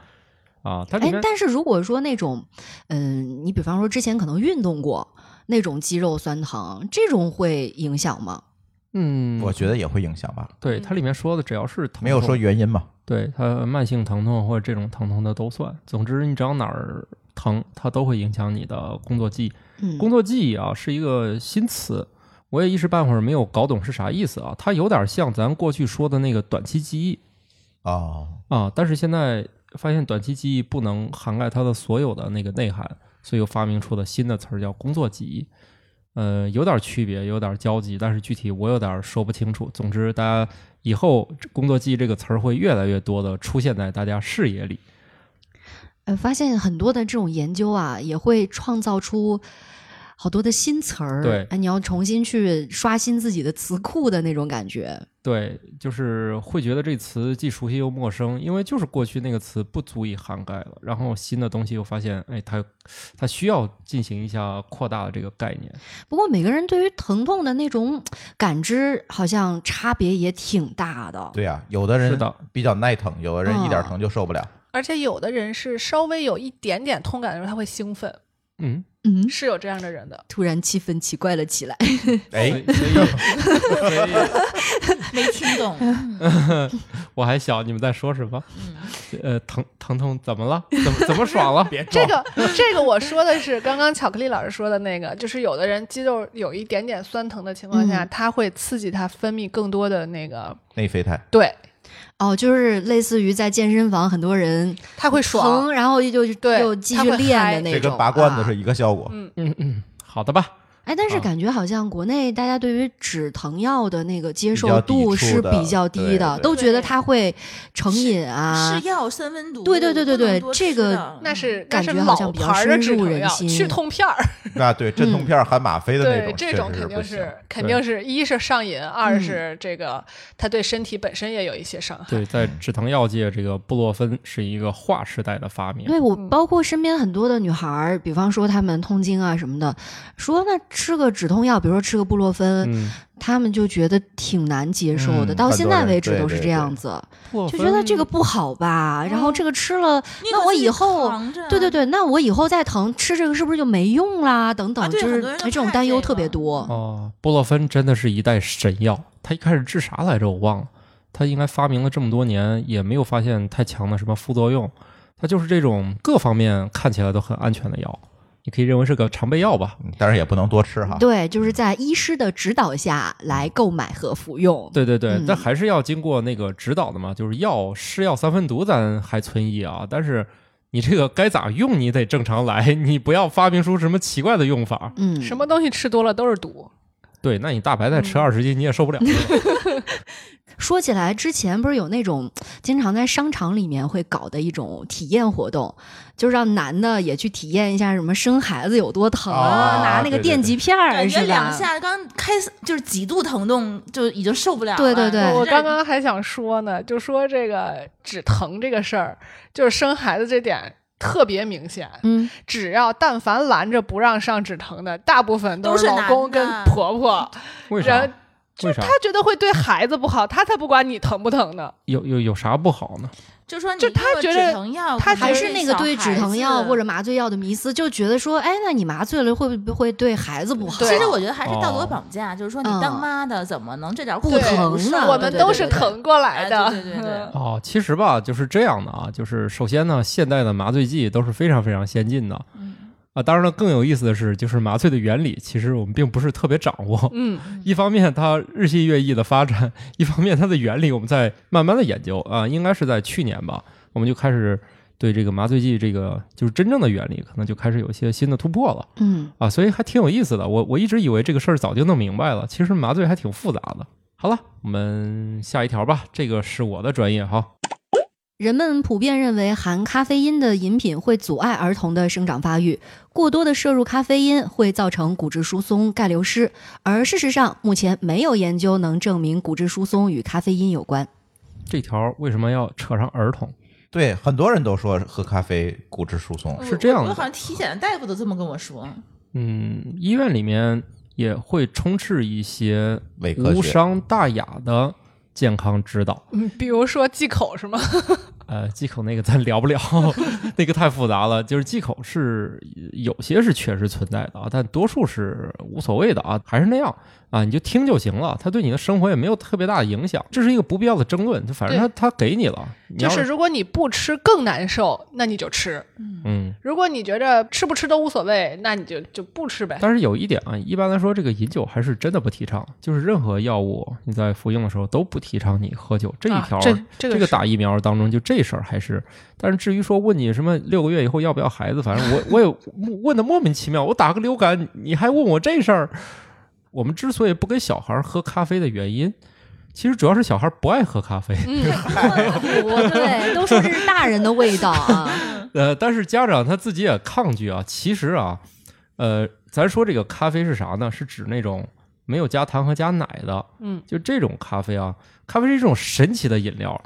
Speaker 1: 啊。它里
Speaker 2: 哎
Speaker 1: 面，
Speaker 2: 但是如果说那种，嗯，你比方说之前可能运动过那种肌肉酸疼，这种会影响吗？
Speaker 1: 嗯，
Speaker 4: 我觉得也会影响吧。
Speaker 1: 对它里面说的，只要是疼痛
Speaker 4: 没有说原因嘛，
Speaker 1: 对它慢性疼痛或者这种疼痛的都算。总之，你只要哪儿疼，它都会影响你的工作记忆。
Speaker 2: 嗯，
Speaker 1: 工作记忆啊是一个新词，我也一时半会儿没有搞懂是啥意思啊。它有点像咱过去说的那个短期记忆
Speaker 4: 哦，
Speaker 1: 啊，但是现在发现短期记忆不能涵盖它的所有的那个内涵，所以又发明出了新的词儿叫工作记忆。呃，有点区别，有点交集，但是具体我有点说不清楚。总之，大家以后“工作记忆”这个词儿会越来越多的出现在大家视野里。
Speaker 2: 呃，发现很多的这种研究啊，也会创造出好多的新词儿。
Speaker 1: 对
Speaker 2: 哎，你要重新去刷新自己的词库的那种感觉。
Speaker 1: 对，就是会觉得这词既熟悉又陌生，因为就是过去那个词不足以涵盖了。然后新的东西又发现，哎，它它需要进行一下扩大的这个概念。
Speaker 2: 不过每个人对于疼痛的那种感知，好像差别也挺大的。
Speaker 4: 对呀、有的
Speaker 1: 是
Speaker 4: 人
Speaker 1: 的
Speaker 4: 比较耐疼，有的人一点
Speaker 2: 嗯
Speaker 4: 疼就受不了。
Speaker 3: 而且有的人是稍微有一点点痛感的时候，他会兴奋，
Speaker 1: 嗯，
Speaker 2: 嗯，
Speaker 3: 是有这样的人的。
Speaker 2: 突然气氛奇怪了起来。
Speaker 4: 哎
Speaker 1: 所以所以所以
Speaker 6: 没听懂，
Speaker 1: 我还小，你们在说什么？
Speaker 2: 嗯
Speaker 1: 呃，疼疼痛怎么了？怎么怎么爽了？别
Speaker 3: 这个这个我说的是刚刚巧克力老师说的那个，就是有的人肌肉有一点点酸疼的情况下，
Speaker 2: 嗯
Speaker 3: 它会刺激它分泌更多的那个，
Speaker 4: 内啡肽，
Speaker 3: 对，
Speaker 2: 哦，就是类似于在健身房，很多人
Speaker 3: 它会爽。
Speaker 2: 疼，然后就就
Speaker 3: 对
Speaker 2: 又继
Speaker 3: 他
Speaker 2: 续
Speaker 3: 会
Speaker 2: 练
Speaker 3: 嗨
Speaker 2: 的那
Speaker 4: 这
Speaker 2: 种。
Speaker 4: 跟拔罐子
Speaker 2: 啊
Speaker 4: 是一个效果。
Speaker 3: 嗯
Speaker 1: 嗯嗯，好的吧。
Speaker 2: 哎，但是
Speaker 1: 啊
Speaker 2: 感觉好像国内大家对于止疼药的那个接
Speaker 4: 比
Speaker 2: 受
Speaker 4: 较抵
Speaker 2: 度
Speaker 4: 触
Speaker 2: 是
Speaker 4: 的
Speaker 2: 比较低
Speaker 4: 对
Speaker 2: 的，
Speaker 4: 对
Speaker 2: 都觉得
Speaker 6: 对
Speaker 2: 它会成瘾 啊
Speaker 6: 是。药三温毒，
Speaker 2: 对对对对对
Speaker 6: 不能多
Speaker 2: 这
Speaker 6: 吃
Speaker 2: 个
Speaker 6: 的
Speaker 3: 那是
Speaker 2: 感
Speaker 3: 那
Speaker 2: 觉
Speaker 3: 是
Speaker 2: 好像
Speaker 3: 老
Speaker 2: 比较
Speaker 3: 牌儿的
Speaker 2: 深
Speaker 3: 止
Speaker 2: 入
Speaker 3: 疼
Speaker 2: 人
Speaker 3: 药，
Speaker 2: 心
Speaker 3: 去痛片儿，
Speaker 4: 那对镇痛片儿含吗啡的那
Speaker 3: 嗯对
Speaker 4: 种，，
Speaker 3: 这
Speaker 4: 确
Speaker 3: 种
Speaker 4: 实
Speaker 3: 肯
Speaker 4: 不
Speaker 3: 定
Speaker 4: 行。
Speaker 1: 对
Speaker 3: 肯定是一是上瘾，二
Speaker 2: 嗯
Speaker 3: 是这个它对身体本身也有一些伤害。
Speaker 1: 对，在止疼药界，这个布洛芬是一个划时代的发明。
Speaker 2: 对我
Speaker 3: 嗯
Speaker 2: 包括身边很多的女孩儿，比方说她们痛经啊什么的，说那吃个止痛药，比如说吃个布洛芬，
Speaker 1: 嗯，
Speaker 2: 她们就觉得挺难接受的，
Speaker 4: 嗯
Speaker 2: 到
Speaker 4: 很
Speaker 2: 现
Speaker 4: 多
Speaker 2: 在
Speaker 4: 人
Speaker 2: 为止
Speaker 4: 对
Speaker 2: 都是
Speaker 4: 对
Speaker 2: 这
Speaker 4: 对
Speaker 2: 样子，
Speaker 1: 布洛
Speaker 2: 就
Speaker 1: 芬
Speaker 2: 觉得这个不好吧，然后这
Speaker 6: 哦
Speaker 2: 个吃了，
Speaker 6: 宁
Speaker 2: 那
Speaker 6: 可
Speaker 2: 我
Speaker 6: 自己
Speaker 2: 以后
Speaker 6: 扛着
Speaker 2: 对对对，那我以后再疼吃这个是不是就没用啦？等等，
Speaker 6: 啊
Speaker 2: 就
Speaker 6: 对
Speaker 2: 是
Speaker 6: 很多人都
Speaker 2: 哎这种
Speaker 6: 看
Speaker 2: 担忧
Speaker 6: 这个
Speaker 2: 特别多。
Speaker 1: 哦，布洛芬真的是一代神药。他一开始治啥来着？我忘了。他应该发明了这么多年，也没有发现太强的什么副作用。它就是这种各方面看起来都很安全的药，你可以认为是个常备药吧。
Speaker 4: 嗯但是也不能多吃哈。
Speaker 2: 对，就是在医师的指导下来购买和服用。
Speaker 1: 对对对，
Speaker 2: 嗯
Speaker 1: 但还是要经过那个指导的嘛。就是药是药三分毒，咱还存疑啊。但是你这个该咋用，你得正常来，你不要发明出什么奇怪的用法。
Speaker 2: 嗯，
Speaker 3: 什么东西吃多了都是毒，
Speaker 1: 对，那你大白菜吃二十斤，你也受不了。
Speaker 2: 说起来，之前不是有那种经常在商场里面会搞的一种体验活动，就是让男的也去体验一下什么生孩子有多疼，
Speaker 4: 啊
Speaker 2: 拿那
Speaker 4: 对
Speaker 2: 个
Speaker 4: 对
Speaker 2: 电
Speaker 4: 对
Speaker 2: 极片儿
Speaker 6: 感觉
Speaker 2: 是
Speaker 6: 两
Speaker 2: 吧？
Speaker 6: 下刚开始就是几度疼痛就已经受不了了。
Speaker 2: 对对对
Speaker 6: 就是
Speaker 3: 我刚刚还想说呢，就说这个止疼这个事儿，就是生孩子这点特别明显。
Speaker 2: 嗯，
Speaker 3: 只要但凡拦着不让上止疼的，大部分
Speaker 6: 都
Speaker 3: 是
Speaker 6: 是
Speaker 3: 老
Speaker 6: 男
Speaker 3: 公
Speaker 6: 的嗯
Speaker 3: 跟婆婆。
Speaker 1: 为啥
Speaker 3: 然？
Speaker 1: 为
Speaker 3: 就
Speaker 1: 啥
Speaker 3: 他觉得会对孩子不好，他才不管你疼不疼呢。
Speaker 1: 有有有啥不好呢？
Speaker 6: 就说你
Speaker 3: 就他
Speaker 6: 如果
Speaker 3: 觉
Speaker 6: 止
Speaker 3: 得
Speaker 6: 疼药
Speaker 3: 他
Speaker 6: 可能
Speaker 2: 还
Speaker 3: 觉
Speaker 2: 是
Speaker 3: 得
Speaker 2: 那个
Speaker 6: 小
Speaker 2: 对止
Speaker 6: 孩
Speaker 2: 疼药
Speaker 6: 子
Speaker 2: 或者麻醉药的迷思，就觉得说，哎，那你麻醉了会不会对孩子不好？
Speaker 3: 对
Speaker 6: 其实我觉得还是道
Speaker 1: 哦
Speaker 6: 德绑架，就是说你
Speaker 2: 嗯
Speaker 6: 当妈的怎么能这点
Speaker 2: 不
Speaker 6: 苦
Speaker 2: 疼
Speaker 6: 受
Speaker 2: 呢
Speaker 3: 我
Speaker 2: 对
Speaker 3: 们
Speaker 2: 对
Speaker 3: 都
Speaker 2: 对
Speaker 3: 是
Speaker 2: 对
Speaker 3: 疼过来的。
Speaker 6: 哎对对 对对
Speaker 3: 嗯
Speaker 1: 哦，其实吧，就是这样的啊，就是首先呢，现代的麻醉剂都是非常非常先进的，
Speaker 6: 嗯
Speaker 1: 啊，当然了，更有意思的是，就是麻醉的原理，其实我们并不是特别掌握。
Speaker 3: 嗯，
Speaker 1: 一方面它日新月异的发展，一方面它的原理我们在慢慢的研究啊，应该是在去年吧，我们就开始对这个麻醉剂这个就是真正的原理，可能就开始有一些新的突破了
Speaker 2: 嗯，
Speaker 1: 啊，所以还挺有意思的。我我一直以为这个事儿早就弄明白了，其实麻醉还挺复杂的。好了，我们下一条吧，这个是我的专业哈。
Speaker 2: 人们普遍认为含咖啡因的饮品会阻碍儿童的生长发育，过多的摄入咖啡因会造成骨质疏松、钙流失，而事实上，目前没有研究能证明骨质疏松与咖啡因 有关。
Speaker 1: 这条为什么要扯上儿童？
Speaker 4: 对，很多人都说喝咖啡骨质疏松，
Speaker 1: 是这样
Speaker 6: 我
Speaker 1: 的
Speaker 6: 我好像体检的大夫都这么跟我说。
Speaker 1: 嗯，医院里面也会充斥一些
Speaker 4: 伪科学
Speaker 1: 无伤大雅的健康指导。
Speaker 3: 嗯，比如说忌口是吗？
Speaker 1: 呃，忌口那个咱聊不 了，那个太复杂了。就是忌口是有些是确实存在的啊，但多数是无所谓的啊，还是那样啊，你就听就行了，它对你的生活也没有特别大的影响。这是一个不必要的争论，就反正它它给你了，你
Speaker 3: 就
Speaker 1: 要
Speaker 3: 是如果你不吃更难受，那你就吃；
Speaker 1: 嗯。
Speaker 3: 如果你觉着吃不吃都无所谓，那你就就不吃呗。
Speaker 1: 但是有一点啊，一般来说，这个饮酒还是真的不提倡，就是任何药物你在服用的时候都不提倡你喝酒。这一
Speaker 3: 啊
Speaker 1: 条、
Speaker 3: 这这个
Speaker 1: 这个
Speaker 3: 是
Speaker 1: 打疫苗当中，就这事儿还是，但是至于说问你什么六个月以后要不要孩子，反正我 我也问的莫名其妙。我打个流感，你还问我这事儿？我们之所以不给小孩儿喝咖啡的原因，其实主要是小孩儿不爱喝咖啡。
Speaker 2: 我对，都说这是大人的味 道啊。
Speaker 1: 呃，但是家长他自己也抗拒啊。其实啊，呃，咱说这个咖啡是啥呢？是指那种没有加糖和加奶的，
Speaker 3: 嗯，
Speaker 1: 就这种咖啡啊。咖啡是一种神奇的饮料。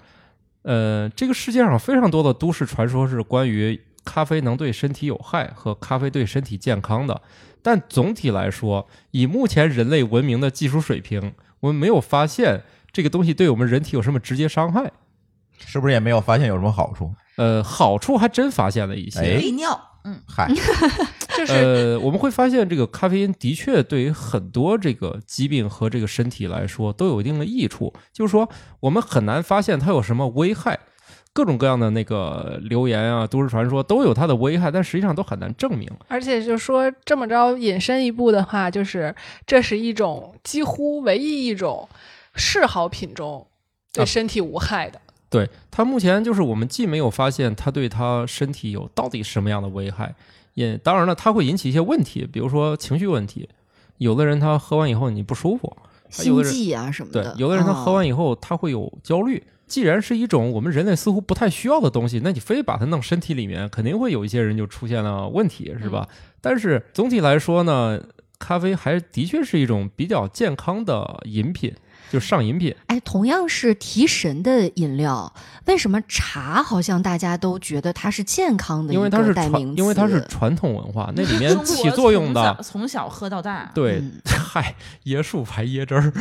Speaker 1: 呃，这个世界上非常多的都市传说是关于咖啡能对身体有害和咖啡对身体健康的，但总体来说，以目前人类文明的技术水平，我们没有发现这个东西对我们人体有什么直接伤害。
Speaker 4: 是不是也没有发现有什么好处？
Speaker 1: 呃，好处还真发现了一些，
Speaker 4: 哎
Speaker 6: 利尿，嗯，
Speaker 4: 嗨，
Speaker 3: 就是
Speaker 1: 呃，我们会发现这个咖啡因的确对于很多这个疾病和这个身体来说都有一定的益处，就是说我们很难发现它有什么危害。各种各样的那个流言啊、都市传说都有它的危害，但实际上都很难证明。
Speaker 3: 而且就说这么着引申一步的话，就是这是一种几乎唯一一种嗜好品中对
Speaker 1: 啊
Speaker 3: 身体无害的。
Speaker 1: 对它目前就是我们既没有发现它对它身体有到底什么样的危害，也当然了，它会引起一些问题，比如说情绪问题。有的人他喝完以后你不舒服，有
Speaker 2: 心
Speaker 1: 的人
Speaker 2: 悸啊什么
Speaker 1: 对
Speaker 2: 的，，
Speaker 1: 有的人他喝完
Speaker 2: 啊
Speaker 1: 以后他会有焦虑。既然是一种我们人类似乎不太需要的东西，那你非把它弄身体里面，肯定会有一些人就出现了问题，是吧？
Speaker 2: 嗯
Speaker 1: 但是总体来说呢，咖啡还的确是一种比较健康的饮品，就上饮品。
Speaker 2: 哎，同样是提神的饮料，为什么茶好像大家都觉得它是健康的一
Speaker 1: 因为
Speaker 2: 个
Speaker 1: 它是
Speaker 2: 代
Speaker 1: 传
Speaker 2: 名，词？
Speaker 1: 因为它是传统文化，那 里面
Speaker 6: 中国
Speaker 1: 起作用的
Speaker 6: 从小，从小喝到大，
Speaker 1: 对
Speaker 2: 嗯，
Speaker 1: 嗨，椰树牌椰汁儿，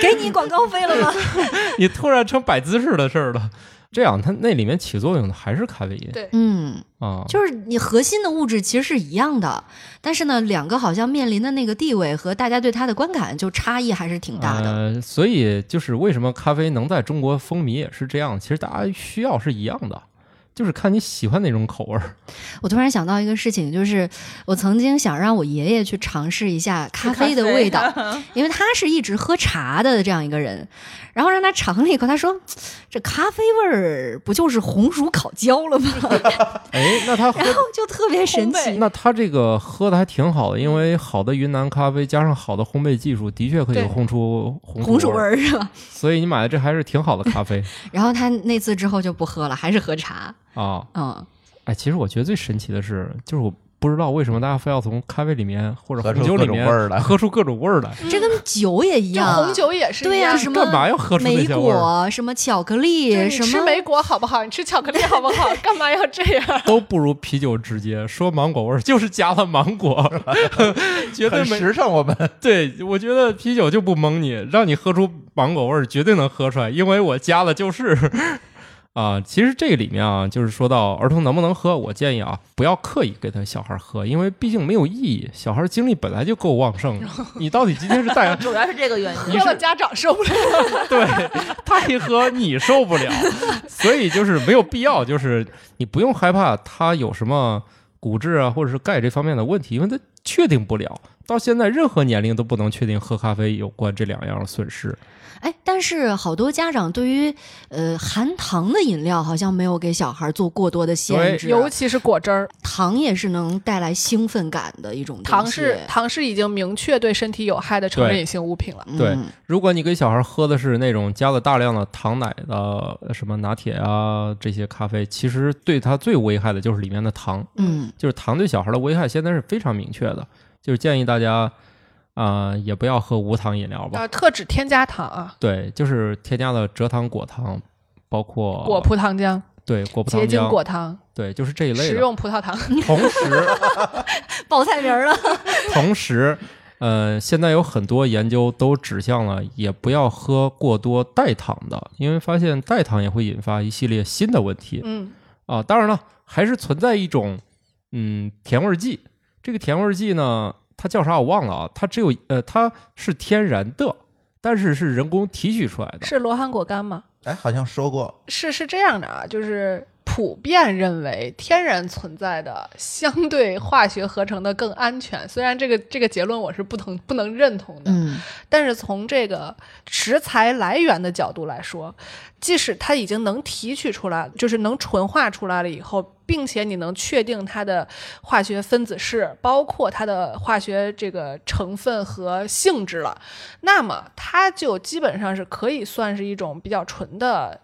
Speaker 2: 给你广告费了 吗？
Speaker 1: 你突然成摆姿势的事儿了。这样，它那里面起作用的还是咖啡因
Speaker 3: 对
Speaker 2: 嗯，
Speaker 1: 啊，
Speaker 2: 就是你核心的物质其实是一样的，但是呢，两个好像面临的那个地位和大家对它的观感就差异还是挺大的。
Speaker 1: 呃。所以就是为什么咖啡能在中国风靡也是这样，其实大家需要是一样的，就是看你喜欢哪种口味 儿。
Speaker 2: 我突然想到一个事情，就是我曾经想让我爷爷去尝试一下咖啡的味道，因为他是一直喝茶的这样一个人，然后让他尝了一口，他说：“这咖啡味儿不就是红薯烤焦了吗？”
Speaker 1: 哎，那他喝
Speaker 2: 然。后就特别神奇。
Speaker 1: 那他这个喝的还挺好的，因为好的云南咖啡加上好的烘焙技术，的确可以
Speaker 3: 对
Speaker 1: 烘出红
Speaker 2: 红薯
Speaker 1: 薯
Speaker 2: 味。儿是吧？
Speaker 1: 所以你买的这还是挺好的咖 啡
Speaker 2: 然后他那次之后就不喝了，还是喝茶。
Speaker 1: 啊！
Speaker 2: 嗯，
Speaker 1: 哎，其实我觉得最神奇的是，就是我不知道为什么大家非要从咖啡里面或者
Speaker 4: 喝出
Speaker 1: 红酒
Speaker 4: 各
Speaker 1: 里
Speaker 4: 种
Speaker 1: 面
Speaker 4: 味儿来
Speaker 1: 喝出各种味儿来，
Speaker 2: 这跟酒也一
Speaker 3: 就
Speaker 2: 样，
Speaker 3: 红酒也是
Speaker 2: 对
Speaker 3: 一
Speaker 2: 呀、
Speaker 3: 样。
Speaker 2: 什么
Speaker 1: 干嘛要喝出那
Speaker 2: 莓
Speaker 1: 些味儿？啊
Speaker 2: 果，什么巧克力
Speaker 3: 就是，你
Speaker 2: 什
Speaker 3: 吃
Speaker 2: 么
Speaker 3: 莓果好不好？你吃巧克力好不好？干嘛要这 样？
Speaker 1: 都不如啤酒直接说芒果味儿， 就是加了芒果， 绝对
Speaker 4: 很
Speaker 1: 没
Speaker 4: 时尚，我们
Speaker 1: 对。我觉得啤酒就不蒙你，让你喝出芒果味儿，绝对能喝出来，因为我加了就是。 啊，其实这里面啊，就是说到儿童能不能喝，我建议啊，不要刻意给他小孩喝，因为毕竟没有意义。小孩精力本来就够旺盛的，你到底今天是 带
Speaker 6: 主要是这个原因。
Speaker 3: 喝了家长受不了。
Speaker 1: 对他一喝你受不了，所以就是没有必要，就是你不用害怕他有什么骨质啊或者是钙这方面的问题，因为他确定不了。到现在任何年龄都不能确定喝咖啡有关这两样的损失。
Speaker 2: 哎，但是好多家长对于呃含糖的饮料好像没有给小孩做过多的限
Speaker 1: 对
Speaker 2: 制，
Speaker 3: 尤其是果汁儿，
Speaker 2: 糖也是能带来兴奋感的一种东西
Speaker 3: 糖是糖是已经明确对身体有害的成人
Speaker 1: 对
Speaker 3: 饮性物品了。
Speaker 1: 对
Speaker 2: 嗯，
Speaker 1: 如果你给小孩喝的是那种加了大量的糖奶的呃什么拿铁啊这些咖啡，其实对他最危害的就是里面的糖，
Speaker 2: 嗯
Speaker 1: 就是糖对小孩的危害现在是非常明确的，就是建议大家啊、也不要喝无糖饮料吧。
Speaker 3: 啊，特指添加糖啊，
Speaker 1: 对，就是添加了蔗糖、果糖，包括
Speaker 3: 果葡糖浆、
Speaker 1: 对果葡糖
Speaker 3: 结晶
Speaker 1: 浆，
Speaker 3: 果糖、
Speaker 1: 对，就是这一类
Speaker 3: 食
Speaker 1: 的。
Speaker 3: 用葡萄糖。
Speaker 1: 同时，
Speaker 2: 报菜名儿了，
Speaker 1: 同时，呃，现在有很多研究都指向了也不要喝过多代糖的，因为发现代糖也会引发一系列新的问题
Speaker 3: 嗯，
Speaker 1: 啊、当然了，还是存在一种嗯甜味儿剂，这个甜味儿剂呢，它叫啥我忘了啊，它只有呃它是天然的，但是是人工提取出来的。
Speaker 3: 是罗汉果干吗？
Speaker 4: 哎，好像说过，
Speaker 3: 是是这样的啊，就是普遍认为天然存在的相对化学合成的更安全。虽然这个这个结论我是不能不能认同的，
Speaker 2: 嗯
Speaker 3: 但是从这个食材来源的角度来说，即使它已经能提取出来，就是能纯化出来了以后，并且你能确定它的化学分子式，包括它的化学这个成分和性质了，那么它就基本上是可以算是一种比较纯的，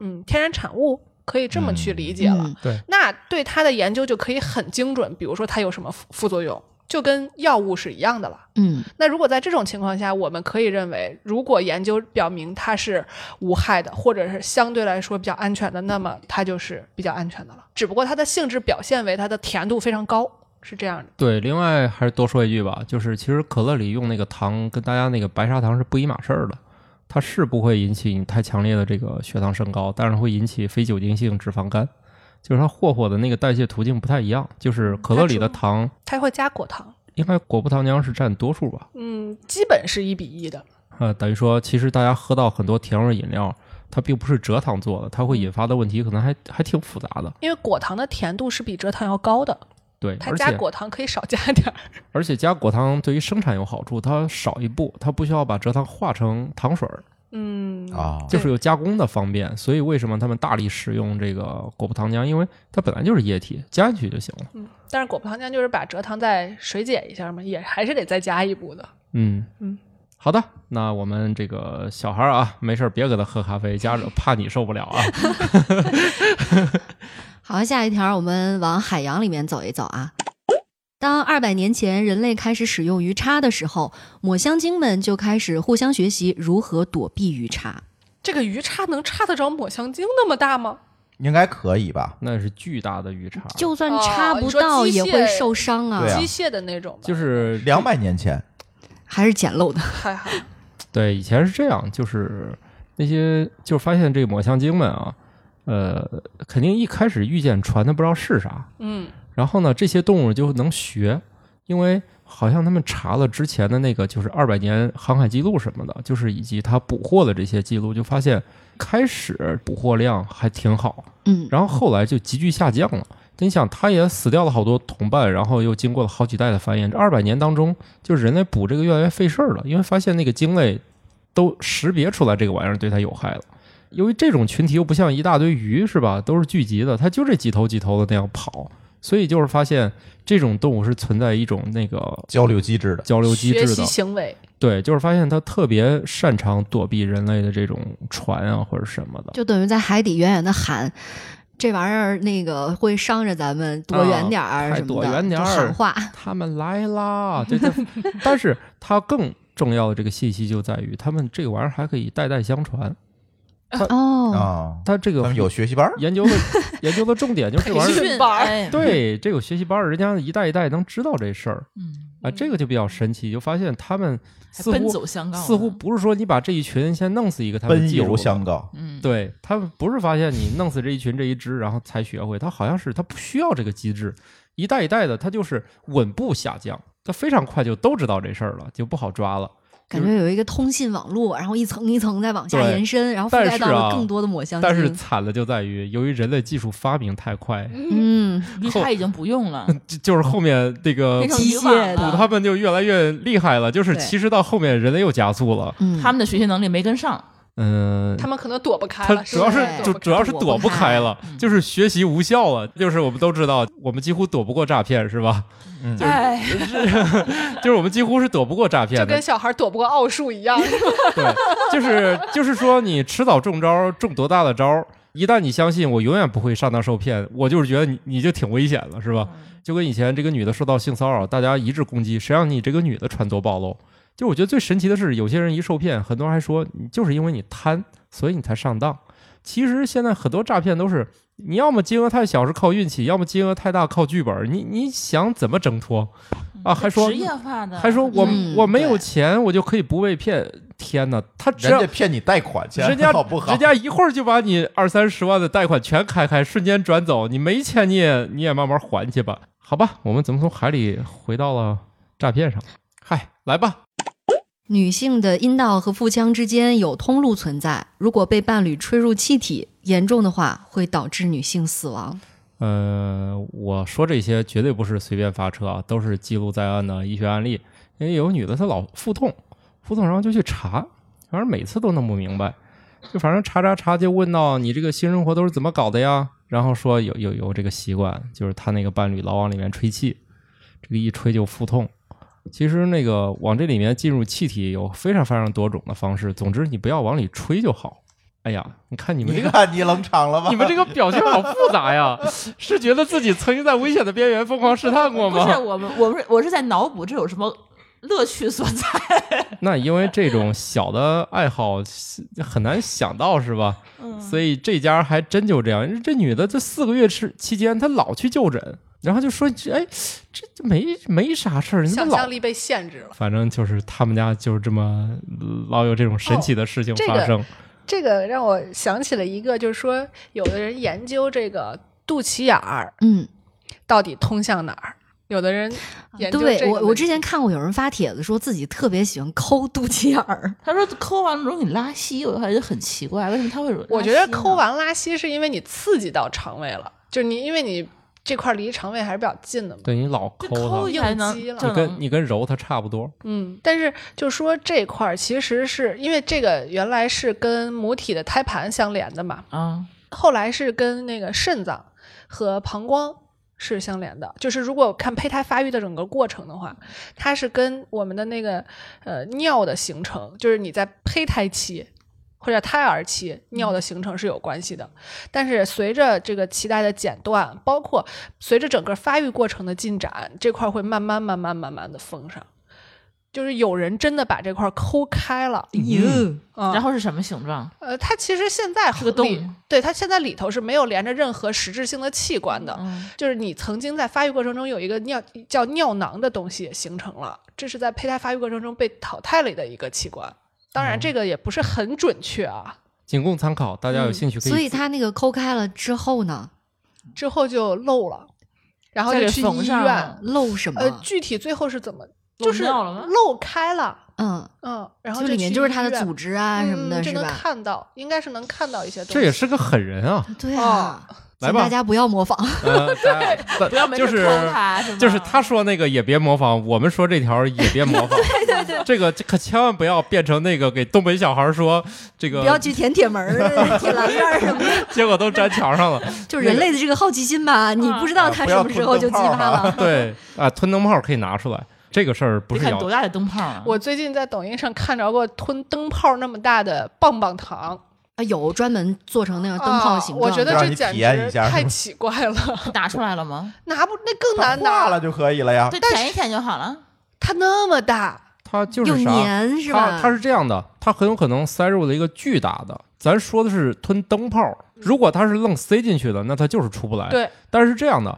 Speaker 3: 嗯，天然产物。可以这么去理解了，
Speaker 2: 嗯
Speaker 3: 那对它的研究就可以很精准，比如说它有什么副副作用，就跟药物是一样的了。
Speaker 2: 嗯
Speaker 3: 那如果在这种情况下，我们可以认为，如果研究表明它是无害的，或者是相对来说比较安全的，那么它就是比较安全的了。只不过它的性质表现为它的甜度非常高，是这样的。
Speaker 1: 对，另外还是多说一句吧，就是其实可乐里用那个糖跟大家那个白砂糖是不一码事儿的，它是不会引起你太强烈的这个血糖升高，但是会引起非酒精性脂肪肝，就是它霍霍的那个代谢途径不太一样，就是可乐里的糖
Speaker 3: 它会加果糖，
Speaker 1: 应该果葡糖浆是占多数吧，
Speaker 3: 嗯，基本是一比一的。
Speaker 1: 呃，等于说其实大家喝到很多甜味饮料，它并不是蔗糖做的，它会引发的问题可能还还挺复杂的，
Speaker 3: 因为果糖的甜度是比蔗糖要高的，
Speaker 1: 对，
Speaker 3: 它
Speaker 1: 而
Speaker 3: 加
Speaker 1: 且
Speaker 3: 果糖可以少加点儿。
Speaker 1: 而且加果糖对于生产有好处，它少一步，它不需要把蔗糖化成糖水儿。
Speaker 3: 嗯，
Speaker 4: 哦
Speaker 1: 就是有加工的方便，所以为什么他们大力使用这个果葡糖浆？因为它本来就是液体，加进去就行了。
Speaker 3: 但是果葡糖浆就是把蔗糖再水解一下嘛，也还是得再加一步的。
Speaker 1: 嗯
Speaker 3: 嗯，
Speaker 1: 好的，那我们这个小孩儿啊，没事儿别给他喝咖啡，家长怕你受不了啊。
Speaker 2: 好，下一条我们往海洋里面走一走啊。当二百年前人类开始使用鱼叉的时候，抹香鲸们就开始互相学习如何躲避鱼叉。
Speaker 3: 这个鱼叉能叉得着抹香鲸那么大吗？
Speaker 4: 应该可以吧？
Speaker 1: 那是巨大的鱼叉，
Speaker 2: 就算
Speaker 3: 哦
Speaker 2: 插
Speaker 3: 你
Speaker 2: 不
Speaker 3: 说
Speaker 2: 到
Speaker 3: 机
Speaker 2: 也会
Speaker 3: 械
Speaker 2: 受伤啊，
Speaker 4: 对啊
Speaker 3: 机械的那种吧，
Speaker 1: 就是
Speaker 4: 两百年前，
Speaker 2: 还是简陋的。
Speaker 3: 还好。
Speaker 1: 对，以前是这样，就是那些就发现这个抹香鲸们啊，呃，肯定一开始遇见船，它不知道是啥，
Speaker 3: 嗯，
Speaker 1: 然后呢，这些动物就能学，因为好像他们查了之前的那个，就是二百年航海记录什么的，就是以及它捕获的这些记录，就发现开始捕获量还挺好，
Speaker 2: 嗯，
Speaker 1: 然后后来就急剧下降了。你想，它也死掉了好多同伴，然后又经过了好几代的繁衍，这二百年当中，就是人类捕这个越来越费事儿了，因为发现那个鲸类都识别出来这个玩意儿对它有害了。由于这种群体又不像一大堆鱼是吧，都是聚集的，它就这几头几头的那样跑，所以就是发现这种动物是存在一种那个
Speaker 4: 交流机制的，
Speaker 1: 交流机
Speaker 3: 学
Speaker 1: 制
Speaker 3: 习
Speaker 1: 的，
Speaker 3: 行为，
Speaker 1: 对，就是发现它特别擅长躲避人类的这种船啊或者什么的。
Speaker 2: 就等于在海底远远的喊。这玩意儿那个会伤着咱们，躲远点儿
Speaker 1: 啊
Speaker 2: 什么
Speaker 1: 快
Speaker 2: 的，
Speaker 1: 躲远点儿
Speaker 2: 就喊话。
Speaker 1: 他们来啦！这 这，但是它更重要的这个信息就在于，他们这个玩意儿还可以代代相传。
Speaker 3: 嗯
Speaker 2: 哦，
Speaker 4: 啊，
Speaker 1: 它这
Speaker 4: 他
Speaker 1: 个
Speaker 4: 们有学习班儿，
Speaker 1: 研究的 研究的重点 就是这玩意 儿，
Speaker 3: 训班儿
Speaker 6: 哎，
Speaker 1: 对，这有学习班儿，人家一代一代能知道这事儿
Speaker 6: 嗯，
Speaker 1: 啊，这个就比较神奇，就发现他们
Speaker 6: 还
Speaker 1: 似
Speaker 6: 奔
Speaker 1: 乎
Speaker 6: 走相告呢，
Speaker 1: 似乎不是说你把这一群先弄死一个，他们
Speaker 4: 奔
Speaker 1: 记住
Speaker 4: 游
Speaker 1: 了
Speaker 4: 相告，
Speaker 6: 嗯，
Speaker 1: 对他们不是发现你弄死这一群这一只，然后才学会，他好像是他不需要这个机制，一代一代的，他就是稳步下降，他非常快就都知道这事儿了，就不好抓了。
Speaker 2: 感觉有一个通信网络，然后一层一层在往下
Speaker 1: 对
Speaker 2: 延伸，然后覆
Speaker 1: 但
Speaker 2: 盖到
Speaker 1: 是啊
Speaker 2: 了更多的抹香鲸。
Speaker 1: 但是惨的就在于，由于人类技术发明太快，
Speaker 2: 嗯，
Speaker 6: 绿
Speaker 1: 后
Speaker 6: 茶已经不用了，
Speaker 1: 就就是后面这个
Speaker 6: 变成
Speaker 2: 机
Speaker 6: 渔网
Speaker 2: 械的
Speaker 1: 捕
Speaker 6: 了
Speaker 1: 他们就越来越厉害了，就是
Speaker 2: 对
Speaker 1: 其实到后面人类又加速了。
Speaker 2: 嗯
Speaker 6: 他们的学习能力没跟上，
Speaker 1: 嗯、
Speaker 3: 他们可能躲不开
Speaker 1: 它
Speaker 3: 了，
Speaker 1: 主要是
Speaker 2: 对
Speaker 1: 主主要是
Speaker 6: 躲
Speaker 1: 躲
Speaker 6: 不
Speaker 1: 不
Speaker 6: 开
Speaker 1: 开了
Speaker 6: 嗯，
Speaker 1: 就是学习无效了。就是我们都知道，我们几乎躲不过诈骗，是吧？
Speaker 4: 嗯
Speaker 3: 哎，
Speaker 1: 就是我们几乎是躲不过诈
Speaker 3: 就
Speaker 1: 骗
Speaker 3: 跟
Speaker 1: 的。
Speaker 3: 小孩躲不过奥数一样，
Speaker 1: 对，就是就是说，你迟早中招，中多大的招？一旦你相信我永远不会上当受骗，我就是觉得你你就挺危险了，是吧？就跟以前这个女的受到性骚扰，大家一致攻击，谁让你这个女的穿着暴露？就我觉得最神奇的是，有些人一受骗，很多人还说你就是因为你贪，所以你才上当。其实现在很多诈骗都是，你要么金额太小是靠运气，要么金额太大靠剧本。你你想怎么挣脱啊？还说
Speaker 6: 职业化的，
Speaker 1: 还说我、
Speaker 2: 嗯
Speaker 1: 我没有
Speaker 6: 对
Speaker 1: 钱，我就可以不被骗。天哪，他只
Speaker 4: 人
Speaker 1: 要
Speaker 4: 家骗你贷款去，
Speaker 1: 人家
Speaker 4: 好不好？
Speaker 1: 人家一会儿就把你二三十万的贷款全开开，瞬间转走。你没钱，你也你也慢慢还去吧。好吧，我们怎么从海里回到了诈骗上？嗨，来吧，
Speaker 2: 女性的阴道和腹腔之间有通路存在，如果被伴侣吹入气体，严重的话会导致女性死亡。
Speaker 1: 呃，我说这些绝对不是随便发车啊，都是记录在案的医学案例。因为有女的她老腹痛，腹痛然后就去查，反正每次都弄不明白，就反正查查查就问到你这个性生活都是怎么搞的呀？然后说有有有这个习惯，就是她那个伴侣老往里面吹气，这个一吹就腹痛。其实那个往这里面进入气体有非常非常多种的方式，总之你不要往里吹就好。哎呀，你看你们这
Speaker 4: 你
Speaker 1: 个
Speaker 4: 看你冷场了吧？
Speaker 1: 你们这个表情好复杂呀， 是觉得自己曾经在危险的边缘疯狂试探过
Speaker 6: 不是
Speaker 1: 吗？
Speaker 6: 我们，我们我是在脑补这有什么乐趣所在。
Speaker 1: 那因为这种小的爱好很难想到是吧？所以这家还真就这样，这女的这四个月期期间，她老去就诊，然后就说这哎这这没没啥事儿，你怎
Speaker 3: 想
Speaker 1: 么
Speaker 3: 象
Speaker 1: 老
Speaker 3: 力被限制了。
Speaker 1: 反正就是他们家就是这么老有这种神奇的事情
Speaker 3: 这
Speaker 1: 发
Speaker 3: 个
Speaker 1: 生。
Speaker 3: 这个让我想起了一个，就是说，有的人研究这个肚脐眼儿
Speaker 2: 嗯，
Speaker 3: 到底通向哪儿，有的人研究这
Speaker 2: 对
Speaker 3: 个
Speaker 2: 我我
Speaker 3: 问题
Speaker 2: 之前看过有人发帖子说自己特别喜欢抠肚脐眼儿，
Speaker 6: 他说抠完容易拉稀，我还是很奇怪，为什么他会有拉稀呢？
Speaker 3: 我觉得抠完拉稀是因为你刺激到肠胃了，就是你因为你这块儿离肠胃还是比较近的嘛。
Speaker 1: 对你老
Speaker 6: 就
Speaker 1: 抠
Speaker 6: 抠啊
Speaker 1: 她，
Speaker 6: 一下
Speaker 3: 硬
Speaker 6: 能
Speaker 3: 肌了
Speaker 6: 就
Speaker 1: 就跟
Speaker 6: 能
Speaker 1: 你跟揉她差不多。
Speaker 3: 嗯，但是就说这块儿其实是因为这个原来是跟母体的胎盘相连的嘛，
Speaker 6: 啊，
Speaker 3: 后来是跟那个肾脏和膀胱是相连的，就是如果看胚胎发育的整个过程的话，它是跟我们的那个呃尿的形成，就是你在胚胎期。或者胎儿期尿的形成是有关系的，但是随着这个脐带的剪断，包括随着整个发育过程的进展，这块儿会慢慢、慢慢、慢慢的封上。就是有人真的把这块儿抠开了，
Speaker 2: 哟，
Speaker 3: 嗯、
Speaker 6: 然后是什么形状？
Speaker 3: 呃，它其实现在
Speaker 6: 是个
Speaker 3: 里
Speaker 6: 洞
Speaker 3: 对，它现在里头是没有连着任何实质性的器官的，
Speaker 6: 嗯，
Speaker 3: 就是你曾经在发育过程中有一个尿叫尿囊的东西形成了，这是在胚胎发育过程中被淘汰了的一个器官。当
Speaker 6: 嗯
Speaker 3: 然，这个也不是很准确啊。
Speaker 1: 仅供参考，大家有
Speaker 3: 嗯
Speaker 1: 兴趣可以自。
Speaker 2: 所以他那个抠开了之后呢，
Speaker 3: 之后就漏了，然后
Speaker 6: 再
Speaker 3: 就
Speaker 6: 给
Speaker 3: 去
Speaker 6: 缝
Speaker 3: 医
Speaker 6: 上
Speaker 3: 院
Speaker 6: 了。嗯
Speaker 2: 漏什么？
Speaker 3: 呃，具体最后是怎么，
Speaker 6: 漏
Speaker 3: 就是
Speaker 6: 尿了吗
Speaker 3: 漏开了，
Speaker 2: 嗯，
Speaker 3: 嗯，然后
Speaker 2: 就
Speaker 3: 就
Speaker 2: 里面
Speaker 3: 去
Speaker 2: 就是
Speaker 3: 医
Speaker 2: 他的
Speaker 3: 院
Speaker 2: 组织啊什么的，
Speaker 3: 嗯、就是能
Speaker 2: 吧？
Speaker 3: 看到，应该是能看到一些东西。
Speaker 1: 这也是个狠人啊！
Speaker 2: 对
Speaker 3: 哦
Speaker 2: 啊，
Speaker 1: 来
Speaker 2: 请
Speaker 1: 吧
Speaker 2: 大家不要模仿。
Speaker 1: 呃，大家
Speaker 6: 不要没事
Speaker 1: 就是
Speaker 6: 抠它，吧
Speaker 1: 就是他说那个也别模仿，我们说这条也别模仿。对对对，这个可千万不要变成那个给东北小孩说这
Speaker 2: 不要
Speaker 1: 个，
Speaker 2: 去舔铁门 儿、铁栏杆儿什么的，
Speaker 1: 结果都粘墙上了。
Speaker 2: 就是人类的这个好奇心吧，你不知道他
Speaker 4: 啊不
Speaker 2: 什
Speaker 4: 要
Speaker 2: 么时
Speaker 4: 吞
Speaker 2: 候
Speaker 4: 灯
Speaker 2: 就激
Speaker 4: 泡
Speaker 2: 发
Speaker 4: 啊
Speaker 2: 了。
Speaker 1: 对啊，吞灯泡可以拿出来，这个事儿不
Speaker 6: 你
Speaker 1: 是
Speaker 6: 看
Speaker 1: 谣
Speaker 6: 多大的灯泡啊！
Speaker 3: 我最近在抖音上看着过吞灯泡那么大的棒棒糖，
Speaker 2: 啊，有专门做成那个灯泡形
Speaker 3: 啊，
Speaker 2: 状的。
Speaker 3: 我觉得
Speaker 4: 让
Speaker 3: 这
Speaker 4: 你
Speaker 3: 简
Speaker 4: 体验
Speaker 3: 直
Speaker 4: 一下是
Speaker 3: 太
Speaker 4: 吧
Speaker 3: 奇怪了，
Speaker 6: 打出来了吗？
Speaker 3: 拿不那更难
Speaker 4: 化
Speaker 3: 拿
Speaker 4: 了，就可以了
Speaker 1: 啊
Speaker 4: 呀。
Speaker 6: 对，舔一舔就好了。
Speaker 3: 它那么大，
Speaker 1: 它就
Speaker 2: 又
Speaker 1: 是啥？
Speaker 2: 粘是吧
Speaker 1: 它？它是这样的，它很有可能塞入了一个巨大的。咱说的是吞灯泡，
Speaker 2: 嗯
Speaker 1: 如果它是愣塞进去的，那它就是出不来。
Speaker 3: 对，
Speaker 1: 但是这样的，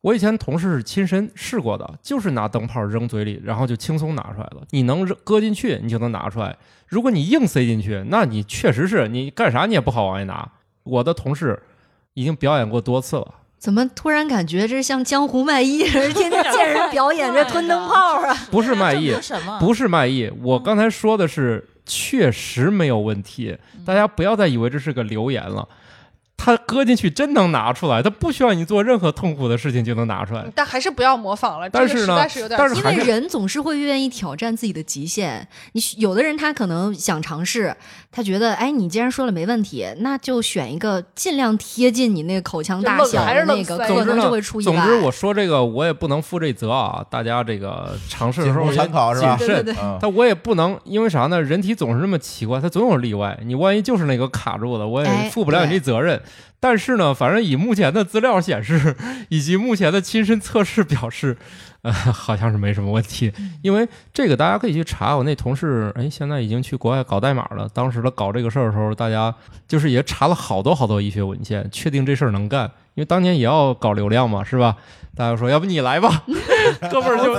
Speaker 1: 我以前同事是亲身试过的，就是拿灯泡扔嘴里，然后就轻松拿出来了。你能扔搁进去，你就能拿出来；如果你硬塞进去，那你确实是你干啥你也不好往外拿。我的同事已经表演过多次了，
Speaker 2: 怎么突然感觉这像江湖卖艺 似的，天天见人表演
Speaker 4: 哎
Speaker 2: 这吞灯泡啊？
Speaker 1: 不是卖艺
Speaker 6: 这，什
Speaker 2: 嗯
Speaker 6: 么？
Speaker 1: 不是卖艺，我刚才说
Speaker 2: 嗯
Speaker 1: 的是确实没有问题，大家不要再以为这是个流言了。它搁进去真能拿出来，它不需要你做任何痛苦的事情就能拿出来。
Speaker 3: 但还是不要模仿了，
Speaker 1: 但
Speaker 3: 这
Speaker 1: 是
Speaker 3: 个实
Speaker 1: 呢
Speaker 3: 在是有点
Speaker 1: 但是
Speaker 2: 因
Speaker 1: 还
Speaker 2: 为
Speaker 1: 是
Speaker 2: 人总是会愿意挑战自己的极限。你许有的人他可能想尝试，他觉得哎，你既然说了没问题，那就选一个尽量贴近你那个口腔大
Speaker 3: 就愣
Speaker 2: 小
Speaker 3: 还是
Speaker 2: 的那
Speaker 3: 愣
Speaker 2: 个，
Speaker 3: 塞
Speaker 2: 可
Speaker 1: 总之
Speaker 2: 能
Speaker 1: 呢
Speaker 2: 就会出意外。
Speaker 1: 总之我说这个我也不能负这责啊，大家这个尝试的时候
Speaker 4: 仅供参考
Speaker 1: 也
Speaker 4: 是吧
Speaker 1: 谨
Speaker 2: 对
Speaker 1: 慎
Speaker 2: 对对
Speaker 4: 嗯
Speaker 1: 但我也不能，因为啥呢？人体总是这么奇怪，它总有例外。你万一就是那个卡住了，我也
Speaker 2: 哎
Speaker 1: 负不了你这责任。但是呢，反正以目前的资料显示，以及目前的亲身测试表示， 呃，好像是没什么问题。因为这个大家可以去查，我那同事哎，现在已经去国外搞代码了。当时他搞这个事儿的时候，大家就是也查了好多好多医学文献，确定这事儿能干。因为当年也要搞流量嘛，是吧？大家说，要不你来吧，哥们儿就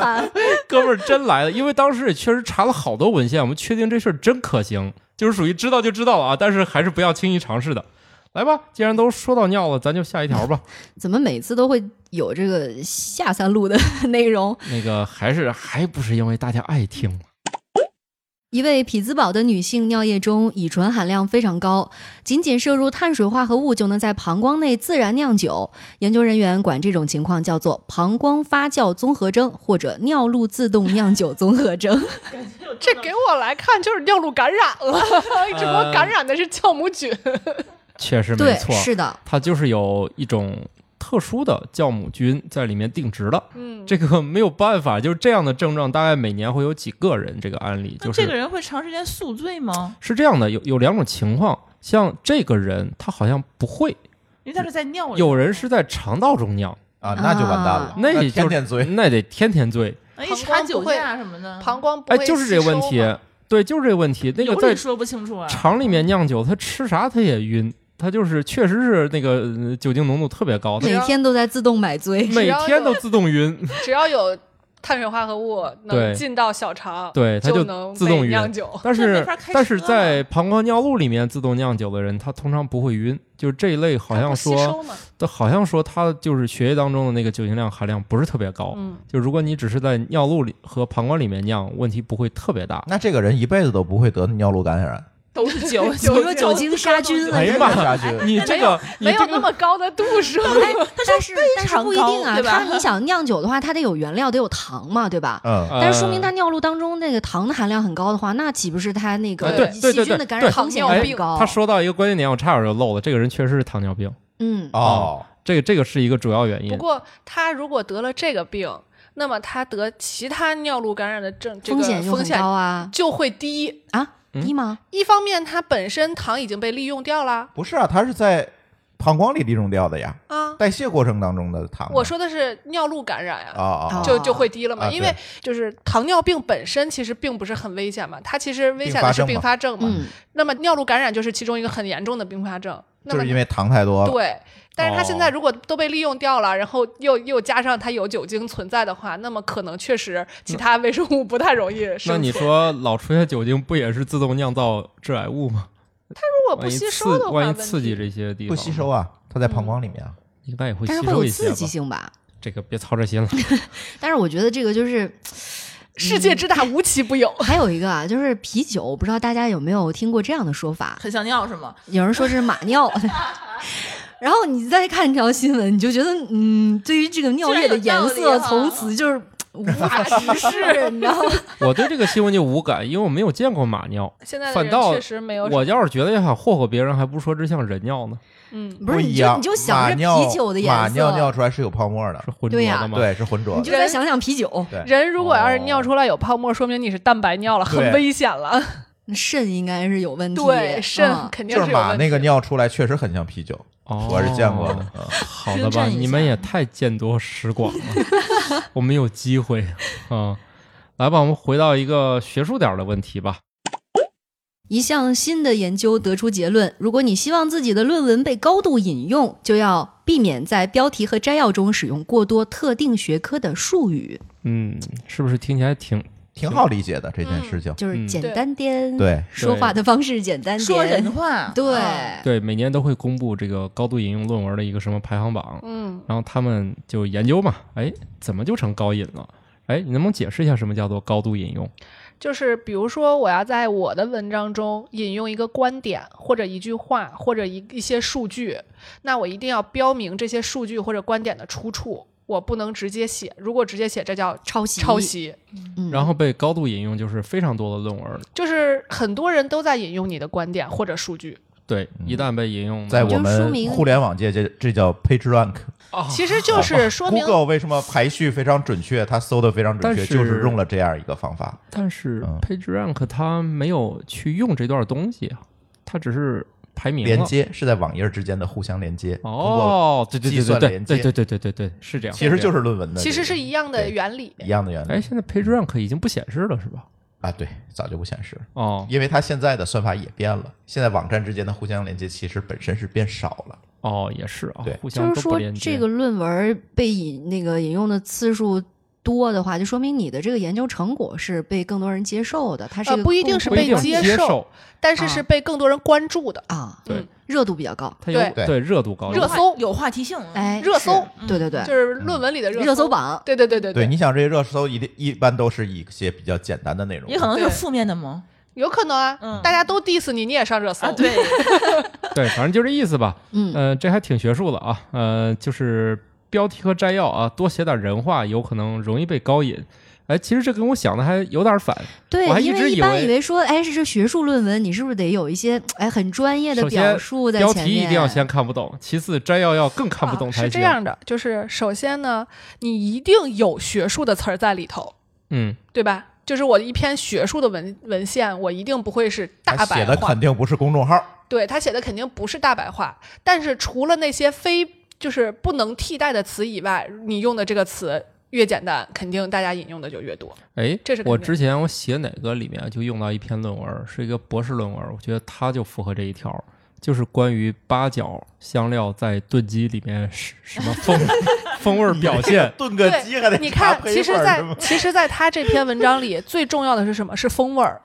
Speaker 1: 哥们儿真来了，因为当时也确实查了好多文献，我们确定这事儿真可行，就是属于知道就知道了啊，但是还是不要轻易尝试的。来吧，既然都说到尿了，咱就下一条 吧。
Speaker 2: 怎么每次都会有这个下三路的 内容？
Speaker 1: 那个还是还不是因为大家爱听，
Speaker 2: 一位匹兹堡的女性尿液中乙醇含量非常高，仅仅摄入碳水化合物就能在膀胱内自然酿酒。研究人员管这种情况叫做膀胱发酵综合征或者尿路自动酿酒综合征。
Speaker 3: 这给我来看就是尿路感染了， 只不过感染的是酵母菌。
Speaker 1: 呃确实没
Speaker 2: 对，
Speaker 1: 错，
Speaker 2: 是的，
Speaker 1: 它就是有一种特殊的酵母菌在里面定植的，
Speaker 3: 嗯，
Speaker 1: 这个没有办法，就是这样的症状，大概每年会有几个人这个案例，
Speaker 6: 那
Speaker 1: 就是
Speaker 6: 这个人会长时间宿醉吗？
Speaker 1: 是这样的，有有两种情况，像这个人他好像不会，
Speaker 6: 因为他是在尿里。啊
Speaker 1: 有人是在肠道中尿。
Speaker 4: 啊，那就完蛋了
Speaker 2: 啊，
Speaker 1: 那也
Speaker 4: 天
Speaker 1: 就
Speaker 4: 天醉，
Speaker 1: 那得天天醉。
Speaker 6: 哎
Speaker 3: 膀胱
Speaker 6: 查酒
Speaker 3: 不会
Speaker 6: 驾什么的，
Speaker 3: 膀胱不
Speaker 1: 哎，
Speaker 3: 会
Speaker 1: 就是这个问题
Speaker 3: 吸收嘛，
Speaker 1: 对，就是这个问题。那个
Speaker 6: 有
Speaker 1: 在
Speaker 6: 理说不清楚啊。
Speaker 1: 肠里面酿酒，他吃啥他也晕，他就是确实是那个呃酒精浓度特别高，
Speaker 3: 对
Speaker 1: 他
Speaker 2: 每天都在自动买醉。
Speaker 1: 每天都自动晕，
Speaker 3: 只要有碳水化合物
Speaker 1: 对
Speaker 3: 能进到小肠，
Speaker 1: 对，他
Speaker 3: 能
Speaker 1: 自动
Speaker 3: 被
Speaker 1: 晕。
Speaker 3: 酿酒。
Speaker 1: 但
Speaker 6: 那
Speaker 1: 是
Speaker 6: 没法开
Speaker 1: 但是
Speaker 6: 车
Speaker 1: 在
Speaker 6: 了
Speaker 1: 膀胱尿路里面自动酿酒的人，他通常不会晕。就是这一类好
Speaker 3: 它
Speaker 1: 像
Speaker 3: 不吸
Speaker 1: 说，
Speaker 3: 收嘛，
Speaker 1: 他好像说他就是血液当中的那个酒精量含量不是特别高。
Speaker 3: 嗯，
Speaker 1: 就如果你只是在尿路里和膀胱里面酿，问题不会特别大。
Speaker 4: 那这个人一辈子都不会得尿路感染。
Speaker 6: 都是 酒，
Speaker 2: 有没有酒精杀菌了
Speaker 1: 哎呀
Speaker 4: 真
Speaker 1: 妈
Speaker 4: 的 下去
Speaker 1: 你这个你
Speaker 3: 没有
Speaker 1: 这
Speaker 3: 那
Speaker 1: 个
Speaker 3: 么高的度数。
Speaker 2: 哎，但是但是
Speaker 6: 常
Speaker 2: 不一
Speaker 6: 高
Speaker 2: 定啊，
Speaker 6: 对吧
Speaker 2: 它你想酿酒的话，它得有原料，得有糖嘛，对吧？
Speaker 4: 嗯，
Speaker 2: 但是说明
Speaker 1: 呃
Speaker 2: 它尿路当中那个糖的含量很高的话，那岂不是它那
Speaker 1: 哎
Speaker 2: 个
Speaker 1: 对对
Speaker 2: 细
Speaker 1: 对
Speaker 2: 菌
Speaker 1: 对
Speaker 2: 的感染
Speaker 1: 对
Speaker 2: 风险
Speaker 1: 哎
Speaker 2: 很高？
Speaker 1: 他说到一个关键点，我差点就漏了。这个人确实是糖尿病，
Speaker 2: 嗯，
Speaker 4: 哦，
Speaker 1: 这个这个是一个主要原因
Speaker 3: 不。过他如果得了这个病，那么他得其他尿路感染的症，这
Speaker 2: 风
Speaker 3: 个
Speaker 2: 险就
Speaker 3: 风
Speaker 2: 很高
Speaker 3: 险
Speaker 2: 啊
Speaker 3: 就会低。
Speaker 2: 啊，
Speaker 1: 嗯
Speaker 2: 低吗？
Speaker 3: 一方面，它本身糖已经被利用掉了
Speaker 4: 不是啊，他是在膀胱里利用掉的呀，
Speaker 3: 啊。
Speaker 4: 代谢过程当中的糖啊。
Speaker 3: 我说的是尿路感染呀、
Speaker 4: 啊啊，
Speaker 3: 就就会低了嘛，
Speaker 4: 啊
Speaker 3: 因为就是糖尿病本身其实并不是很危险嘛，它其实危险的是并
Speaker 4: 并
Speaker 3: 发症嘛。
Speaker 2: 嗯，
Speaker 3: 那么尿路感染就是其中一个很严重的并发症。那
Speaker 4: 就
Speaker 3: 么
Speaker 4: 是因为糖太多了。
Speaker 3: 对，但是它现
Speaker 1: 哦
Speaker 3: 在如果都被利用掉了，然后又又加上它有酒精存在的话，那么可能确实其他微生物不太容易
Speaker 1: 那
Speaker 3: 生
Speaker 1: 你
Speaker 3: 存。
Speaker 1: 说老出现酒精不也是自动酿造致癌物吗？
Speaker 3: 如呃果不
Speaker 1: 万一
Speaker 3: 吸
Speaker 1: 刺
Speaker 3: 收的话，
Speaker 1: 万一
Speaker 3: 问
Speaker 1: 刺激
Speaker 3: 题
Speaker 1: 这些地
Speaker 4: 不
Speaker 1: 方
Speaker 4: 吸收，啊，它在膀胱里面啊。
Speaker 2: 嗯
Speaker 1: 应该也会吸
Speaker 2: 但是会
Speaker 1: 收
Speaker 2: 有
Speaker 1: 一些
Speaker 2: 刺激
Speaker 1: 吧。
Speaker 2: 性吧？
Speaker 1: 这个别操这心了。
Speaker 2: 但是我觉得这个就是
Speaker 3: 世界之大无奇不有。
Speaker 2: 还有一个啊，就是啤酒，不知道大家有没有听过这样的说法？
Speaker 6: 很像尿是吗？
Speaker 2: 有人说这是马尿。然后你再看这条新闻，你就觉得，嗯，对于这个尿液的颜
Speaker 6: 居然
Speaker 2: 色，
Speaker 6: 有道理啊
Speaker 2: 从此就是无法直视，你知道吗？
Speaker 1: 我对这个新闻就无感，因为我没有见过马尿。
Speaker 3: 现在的
Speaker 1: 反
Speaker 3: 人
Speaker 1: 倒
Speaker 3: 确实没有什么，
Speaker 1: 我要是觉得想霍霍别人，还不如说这像人尿呢，
Speaker 3: 嗯，
Speaker 2: 不是，
Speaker 4: 一
Speaker 2: 你就
Speaker 4: 样，
Speaker 2: 你就想
Speaker 4: 马
Speaker 2: 着
Speaker 4: 尿
Speaker 2: 啤酒的颜
Speaker 4: 马
Speaker 2: 色，
Speaker 4: 尿尿出来是有泡沫的
Speaker 1: 是，浑浊
Speaker 2: 对呀
Speaker 1: 的吗？，
Speaker 4: 对，是浑浊
Speaker 2: 你
Speaker 4: 的。
Speaker 2: 就再想想啤酒，
Speaker 4: 对，
Speaker 3: 人如果要是
Speaker 1: 哦
Speaker 3: 尿出来有泡沫，说明你是蛋白尿了，
Speaker 4: 对
Speaker 3: 很危险了。
Speaker 2: 肾应该是有问题，
Speaker 3: 对，肾
Speaker 2: 嗯
Speaker 3: 肯定
Speaker 4: 就是
Speaker 3: 有
Speaker 4: 马
Speaker 3: 问题
Speaker 4: 那个尿出来确实很像啤酒，
Speaker 1: 哦、
Speaker 4: 我是见过的。嗯
Speaker 1: 好的
Speaker 6: 纠
Speaker 1: 吧，
Speaker 6: 正一
Speaker 1: 你们
Speaker 6: 下
Speaker 1: 也太见多识广了， 我们有机会啊、来吧，我们回到一个学术点儿的问题吧。
Speaker 2: 一项新的研究得出结论：如果你希望自己的论文被高度引用，就要避免在标题和摘要中使用过多特定学科的术语，
Speaker 1: 嗯，是不是听起来挺
Speaker 4: 挺好理解的这件事情。
Speaker 2: 就是
Speaker 1: 嗯
Speaker 2: 简单点，
Speaker 4: 对，
Speaker 2: 说话的方式简单点，
Speaker 6: 说人话，
Speaker 2: 对。
Speaker 6: 嗯
Speaker 1: 对？每年都会公布这个高度引用论文的一个什么排行榜，
Speaker 3: 嗯，
Speaker 1: 然后他们就研究嘛，哎，怎么就成高引了？哎，你能不能解释一下什么叫做高度引用？
Speaker 3: 就是比如说，我要在我的文章中引用一个观点，或者一句话，或者一一些数据，那我一定要标明这些数据或者观点的出处，我不能直接写。如果直接写，这叫
Speaker 2: 抄袭
Speaker 3: 抄袭。
Speaker 2: 嗯
Speaker 1: 然后被高度引用就是非常多的论文，
Speaker 3: 就是很多人都在引用你的观点或者数据，
Speaker 1: 对，一旦被引用，
Speaker 4: 在我
Speaker 2: 就是说
Speaker 4: 们
Speaker 2: 明
Speaker 4: 互联网界，这这叫 PageRank。
Speaker 1: 啊
Speaker 3: 其实就是说明
Speaker 4: Google 为什么排序非常准确？它搜的非常准确，
Speaker 1: 但是
Speaker 4: 就是用了这样一个方法。
Speaker 1: 但是
Speaker 4: 嗯
Speaker 1: PageRank 它没有去用这段东西啊，它只是排名了
Speaker 4: 连。接是在网页之间的互相连接。通过，
Speaker 1: 哦，对对
Speaker 4: 计
Speaker 1: 对
Speaker 4: 算
Speaker 1: 对
Speaker 4: 连
Speaker 1: 对
Speaker 4: 接
Speaker 1: 对对对对对，是这样。
Speaker 4: 其实就是论文的这
Speaker 3: 其
Speaker 4: 个，
Speaker 3: 实是一样的
Speaker 4: 对
Speaker 3: 原理。
Speaker 4: 一样的原理
Speaker 1: 哎，现在 PageRank 已经不显示了是吧？
Speaker 4: 啊。对，早就不显示了，
Speaker 1: 哦
Speaker 4: 因为它现在的算法也变了。现在网站之间的互相连接其实本身是变少了。
Speaker 1: 哦，也是啊
Speaker 4: 对，
Speaker 1: 互相都
Speaker 2: 就是
Speaker 1: 不
Speaker 2: 说
Speaker 1: 连，接
Speaker 2: 这个论文被引那个引用的次数多的话，就说明你的这个研究成果是被更多人接受的，它是
Speaker 3: 呃
Speaker 2: 个
Speaker 3: 不一定
Speaker 2: 共
Speaker 3: 是
Speaker 1: 不
Speaker 2: 同
Speaker 1: 一
Speaker 3: 被
Speaker 1: 定
Speaker 2: 的
Speaker 3: 接
Speaker 1: 接
Speaker 3: 受，但是是被更多人关注的，
Speaker 2: 啊，
Speaker 1: 对
Speaker 3: 嗯
Speaker 2: 热度比较高，
Speaker 1: 它有
Speaker 4: 对
Speaker 1: 热度高，
Speaker 3: 热
Speaker 6: 话
Speaker 3: 搜
Speaker 6: 有话题性，啊
Speaker 2: 哎，
Speaker 3: 热搜
Speaker 2: 是对对对，
Speaker 3: 就是论文里的
Speaker 2: 嗯热搜。榜，
Speaker 3: 对对对对
Speaker 4: 对，，你想这些热搜一定一般都是一些比较简单的内容，
Speaker 6: 也可能是
Speaker 3: 对
Speaker 6: 负面的吗？
Speaker 3: 有可能啊，
Speaker 6: 嗯
Speaker 3: 大家都 diss 你，你也上热搜。
Speaker 6: 啊， 对，
Speaker 1: 对，反正就这意思吧。
Speaker 2: 嗯，
Speaker 1: 呃，这还挺学术的啊，呃，就是标题和摘要啊，多写点人话，有可能容易被高引。哎，其实这跟我想的还有点反。
Speaker 2: 对
Speaker 1: 我还，一
Speaker 2: 因
Speaker 1: 直
Speaker 2: 为一
Speaker 1: 以
Speaker 2: 般
Speaker 1: 为
Speaker 2: 以为说，哎，是这学术论文，你是不是得有一些哎很专业的
Speaker 1: 首先
Speaker 2: 表述在
Speaker 1: 标
Speaker 2: 前
Speaker 1: 题
Speaker 2: 面？
Speaker 1: 一定要先看不懂，其次摘要要更看不懂
Speaker 3: 啊
Speaker 1: 才
Speaker 3: 是这
Speaker 1: 行。
Speaker 3: 样的，就是首先呢，你一定有学术的词儿在里头，
Speaker 1: 嗯，
Speaker 3: 对吧？就是我一篇学术的文文献，我一定不会是大
Speaker 4: 它
Speaker 3: 白
Speaker 4: 写的
Speaker 3: 话
Speaker 4: 肯，定不是公众号。。
Speaker 3: 对他写的肯定不是大白话。但是除了那些非就是不能替代的词以外，你用的这个词越简单，肯定大家引用的就越多。
Speaker 1: 哎，
Speaker 3: 这是肯
Speaker 1: 我
Speaker 3: 定
Speaker 1: 之前我写哪个里面就用到一篇论文，是一个博士论文，我觉得它就符合这一条，就是关于八角香料在炖鸡里面是什么 风风味儿表现
Speaker 4: 炖个鸡还得
Speaker 3: 你
Speaker 4: 查
Speaker 3: 看，
Speaker 4: 配
Speaker 3: 其实
Speaker 4: 方
Speaker 3: 在，
Speaker 4: 是吗
Speaker 3: 其实，在他这篇文章里，最重要的是什么？是风味儿。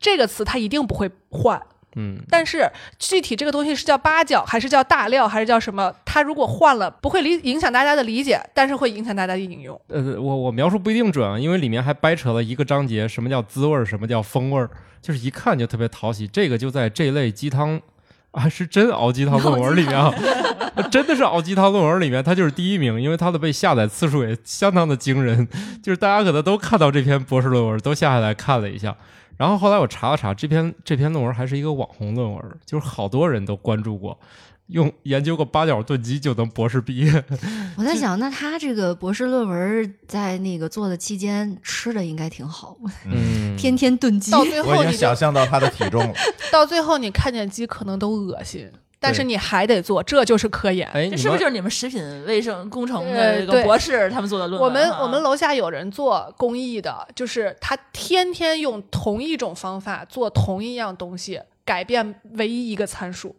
Speaker 3: 这个词他一定不会换，
Speaker 1: 嗯，
Speaker 3: 但是具体这个东西是叫八角，还是叫大料，还是叫什么？他如果换了，不会理影响大家的理解，但是会影响大家的引用。
Speaker 1: 呃，我我描述不一定准，啊，因为里面还掰扯了一个章节，什么叫滋味儿，什么叫风味儿，就是一看就特别讨喜。这个就在这类鸡汤啊，是真熬鸡汤论文里面啊， 真的是熬鸡汤论文里面，它就是第一名，因为它的被下载次数也相当的惊人，就是大家可能都看到这篇博士论文，都下下来看了一下。然后后来我查了查，这篇这篇论文还是一个网红论文，就是好多人都关注过，用研究过八角炖鸡就能博士毕业。
Speaker 2: 我在想，那他这个博士论文在那个做的期间吃的应该挺好，
Speaker 1: 嗯，
Speaker 2: 天天炖鸡，
Speaker 3: 到最后
Speaker 4: 我已经
Speaker 3: 你就
Speaker 4: 想象到他的 体重了。
Speaker 3: 到最后你看见鸡可能都恶心，但是
Speaker 1: 对
Speaker 3: 你还得做，这就是科研。
Speaker 1: 哎，你
Speaker 6: 这
Speaker 1: 们
Speaker 6: 是不是就是你们食品卫生工程
Speaker 3: 呃
Speaker 6: 的这个
Speaker 3: 对
Speaker 6: 博士他们做的论文？啊
Speaker 3: 我们我们楼下有人做公益的，就是他天天用同一种方法做同一样东西，改变唯一一个参数，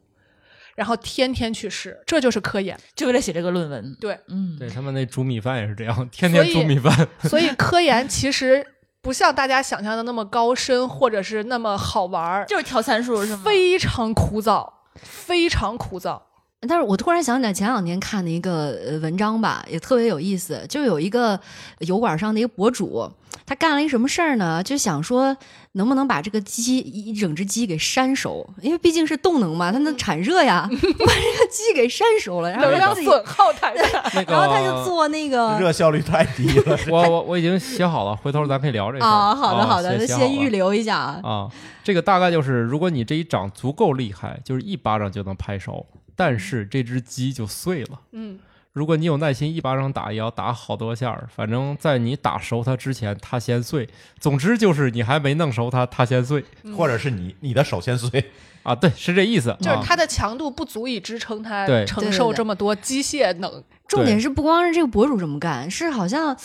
Speaker 3: 然后天天去试，这就是科研。
Speaker 6: 就为了写这个论文。
Speaker 3: 对，
Speaker 6: 嗯，
Speaker 1: 对他们那煮米饭也是这样，天
Speaker 3: 所
Speaker 1: 天煮
Speaker 3: 以
Speaker 1: 米 饭。
Speaker 3: 所以科研其实不像大家想象的那么高深，或者是那么好玩儿，
Speaker 6: 就是调参数是吗？
Speaker 3: 非常枯燥，非常枯燥。
Speaker 2: 但是我突然想起来，前两年看的一个呃文章吧，也特别有意思，就有一个油管上的一个博主，他干了一什么事儿呢？就想说能不能把这个鸡一一整只鸡给扇熟，因为毕竟是动能嘛，它能产热呀，把这个鸡给扇熟了，然后
Speaker 3: 能
Speaker 2: 让
Speaker 3: 量
Speaker 2: 自己，
Speaker 3: 损耗太大。
Speaker 1: 那个，
Speaker 2: 然后他就做那
Speaker 3: 嗯
Speaker 2: 个。
Speaker 4: 热效率太低 了。
Speaker 1: 我我我已经写好了，回头咱可以聊这个。
Speaker 2: 啊、好的
Speaker 1: 啊
Speaker 2: 好的，那
Speaker 1: 写
Speaker 2: 先预
Speaker 1: 留
Speaker 2: 留一下啊。
Speaker 1: 啊。这个大概就是，如果你这一掌足够厉害，就是一巴掌就能拍熟，但
Speaker 2: 嗯
Speaker 1: 是这只鸡就碎了。
Speaker 3: 嗯，
Speaker 1: 如果你有耐心，一巴掌打也要打好多下儿，反正在你打熟它之前，它先碎。总之就是你还没弄熟它，它先碎
Speaker 3: 嗯
Speaker 4: 或者是你你的手先碎，
Speaker 1: 啊。对，是这意思。
Speaker 3: 就是
Speaker 1: 啊
Speaker 3: 它的强度不足以支撑它
Speaker 1: 对
Speaker 3: 承受这么多机械能。
Speaker 2: 重点是不光是这个博主这么干，是好像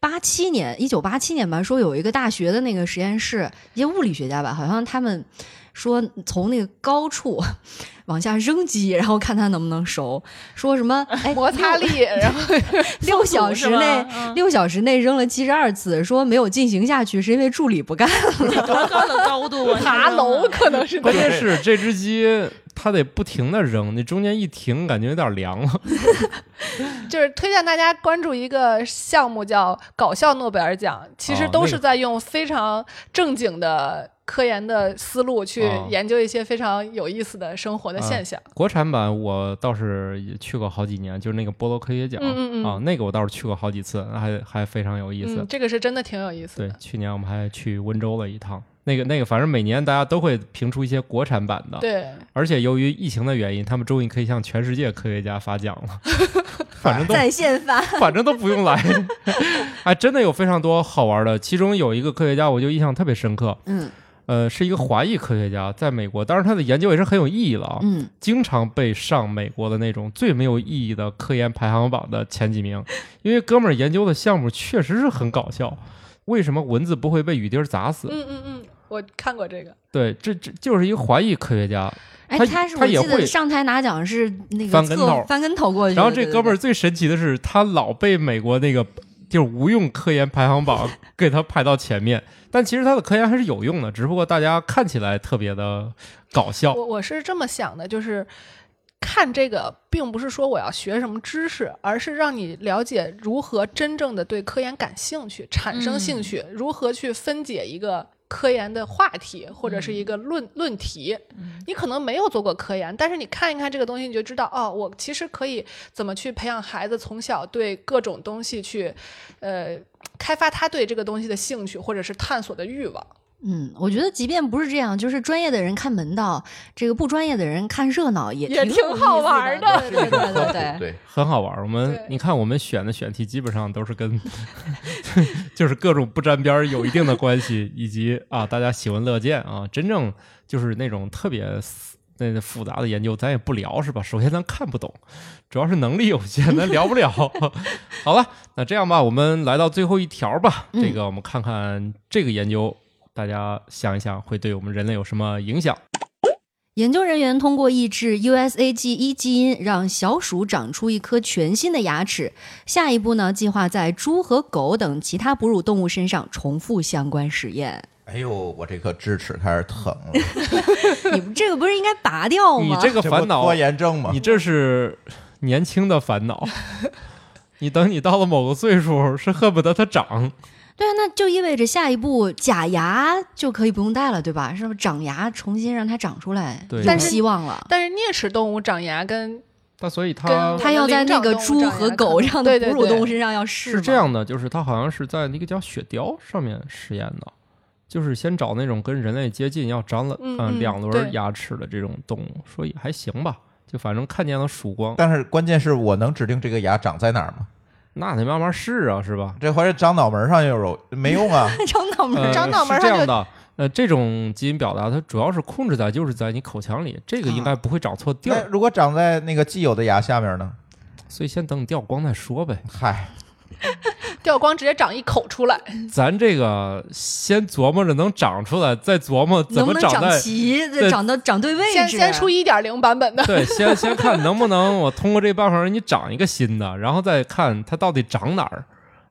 Speaker 2: 八七年，一九八七年吧，说有一个大学的那个实验室，一些物理学家吧，好像他们说从那个高处 往下扔鸡，然后看它能不能熟，说什 么哎
Speaker 3: 摩擦力，然后
Speaker 2: 六六小时内。
Speaker 1: 嗯
Speaker 2: 六小时内扔了七十二次，说没有进行下去是因 为助理不干。
Speaker 6: 多高的高度啊，
Speaker 3: 爬楼可能是
Speaker 1: 关键是这只鸡它得不停的扔，你中间一停，感觉有点凉了。
Speaker 3: 就是推荐大家关注一个项目叫“搞笑诺贝尔奖”，其实
Speaker 1: 哦
Speaker 3: 都
Speaker 1: 那
Speaker 3: 是
Speaker 1: 个
Speaker 3: 在用非常正经的科研的思路去
Speaker 1: 哦啊
Speaker 3: 研究一些非常有意思的生活的现象。
Speaker 1: 国产版我倒是也去过好几年，就是那个波罗科学奖
Speaker 3: 嗯嗯嗯
Speaker 1: 啊，那个我倒是去过好几次，还还非常有意思。
Speaker 3: 嗯，这个是真的挺有意思
Speaker 1: 对
Speaker 3: 的，。
Speaker 1: 去年我们还去温州了一趟。那个那个，反正每年大家都会评出一些国产版的，
Speaker 3: 对，
Speaker 1: 而且由于疫情的原因，他们终于可以向全世界科学家发奖了，反
Speaker 3: 哎
Speaker 1: 正都
Speaker 2: 在线发，
Speaker 1: 反正都不用来， 还真的有非常多好玩的。其中有一个科学家，我就印象特别深刻，
Speaker 2: 嗯
Speaker 1: 呃，是一个华裔科学家，在美国，当然他的研究也是很有意义了啊，
Speaker 2: 嗯，
Speaker 1: 经常被上美国的那种最没有意义的科研排行榜的前几 名，因为哥们儿研究的项目确实是很搞笑。为什么蚊子不会被雨滴儿砸死？
Speaker 3: 嗯嗯嗯，我看过这个，
Speaker 1: 对，这这就是一个华裔科学家，
Speaker 2: 哎，
Speaker 1: 他
Speaker 2: 他是
Speaker 1: 他
Speaker 2: 我
Speaker 1: 也
Speaker 2: 记
Speaker 1: 会
Speaker 2: 得上台拿奖是那个
Speaker 1: 翻跟
Speaker 2: 侧
Speaker 1: 头
Speaker 2: 翻跟头过去的，
Speaker 1: 然后这
Speaker 2: 对
Speaker 1: 哥们儿，最神奇的是，他老被美国那个就是无用科研排行榜给他排到前面，但其实他的科研还是有用的，只不过大家看起来特别的搞笑。
Speaker 3: 我我是这么想的，就是。看这个，并不是说我要学什么知识，而是让你了解如何真正的对科研感兴趣，产生兴趣，如何去分解一个科研的话题或者是一个论、论题。你可能没有做过科研，但是你看一看这个东西，你就知道哦，我其实可以怎么去培养孩子从小对各种东西去，呃，开发他对这个东西的兴趣或者是探索的欲望。
Speaker 2: 嗯，我觉得即便不是这样，就是专业的人看门道，这个不专业的人看热闹也
Speaker 3: 也
Speaker 2: 挺
Speaker 3: 挺
Speaker 2: 有意
Speaker 3: 好
Speaker 2: 思
Speaker 3: 玩
Speaker 2: 的，
Speaker 3: 的
Speaker 2: 对对对 对对。
Speaker 4: 对，
Speaker 1: 很好玩儿，我们
Speaker 3: 对
Speaker 1: 你看，我们选的选题基本上都是跟 就是各种不沾边儿有一定的关系，以及啊大家喜闻乐见啊，真正就是那种特别死那那复杂的研究，咱也不聊是吧？首先咱看不懂，主要是能力有限，咱聊不了。 好了，那这样吧，我们来到最后一条吧，
Speaker 2: 嗯
Speaker 1: 这个我们看看这个研究，大家想一想会对我们人类有什么影响？
Speaker 2: 研究人员通过抑制 USAG 一基因，让小鼠长出一颗全新的牙齿。下一步呢，计划在猪和狗等其他哺乳动物身上重复相关实验。
Speaker 4: 哎呦，我这颗智齿开始疼 了，
Speaker 2: 你不这个不是应该拔掉
Speaker 1: 你
Speaker 2: 吗？
Speaker 1: 这个
Speaker 4: 这不
Speaker 1: 烦恼
Speaker 4: 拖延症吗？
Speaker 1: 你这是年轻的烦恼。你等你到了某个岁数，是恨不得它长。
Speaker 2: 对啊，那就意味着下一步假牙就可以不用戴了，对吧？是不是长牙重新让它长出来，
Speaker 1: 对
Speaker 2: 有
Speaker 3: 但是
Speaker 2: 希望了。
Speaker 3: 但是啮齿动物长牙跟
Speaker 1: 但所以它
Speaker 3: 跟
Speaker 2: 它要在那个猪和狗上的
Speaker 3: 对对
Speaker 2: 哺
Speaker 3: 对
Speaker 2: 乳动物身上要试，
Speaker 1: 是这。样的，就是它好像是在那个叫雪貂上面实验的，就是先找那种跟人类接近、要长了
Speaker 3: 嗯
Speaker 1: 呃
Speaker 3: 嗯
Speaker 1: 两轮
Speaker 3: 对
Speaker 1: 牙齿的这种动物，所以还行吧。就反正看见了曙光，
Speaker 4: 但是关键是我能指定这个牙长在哪儿吗？
Speaker 1: 那得慢慢试啊，是吧？
Speaker 4: 这回是长脑门上又有没 用啊？
Speaker 2: 长脑门儿
Speaker 1: 呃
Speaker 3: 嗯长脑门
Speaker 1: 是这
Speaker 3: 儿上
Speaker 1: 样
Speaker 3: 就
Speaker 1: 的。呃，这种基因表达它主要是控制在就是在你口腔里，这个
Speaker 3: 啊
Speaker 1: 应该不会长错地
Speaker 4: 那
Speaker 1: 儿，
Speaker 4: 如果长在那个既有的牙下面呢？
Speaker 1: 所以先等你掉光再说呗。
Speaker 4: 嗨，
Speaker 3: 掉光直接长一口出来，
Speaker 1: 咱这个先琢磨着能长出来，再琢磨怎
Speaker 2: 能不
Speaker 1: 么
Speaker 2: 能
Speaker 1: 长在。
Speaker 2: 齐，
Speaker 1: 对
Speaker 2: 长到长对位置，啊
Speaker 3: 先先出一点零版本的。
Speaker 1: 对，先先看能不能我通过这办法让你长一个新的，然后再看它到底长哪儿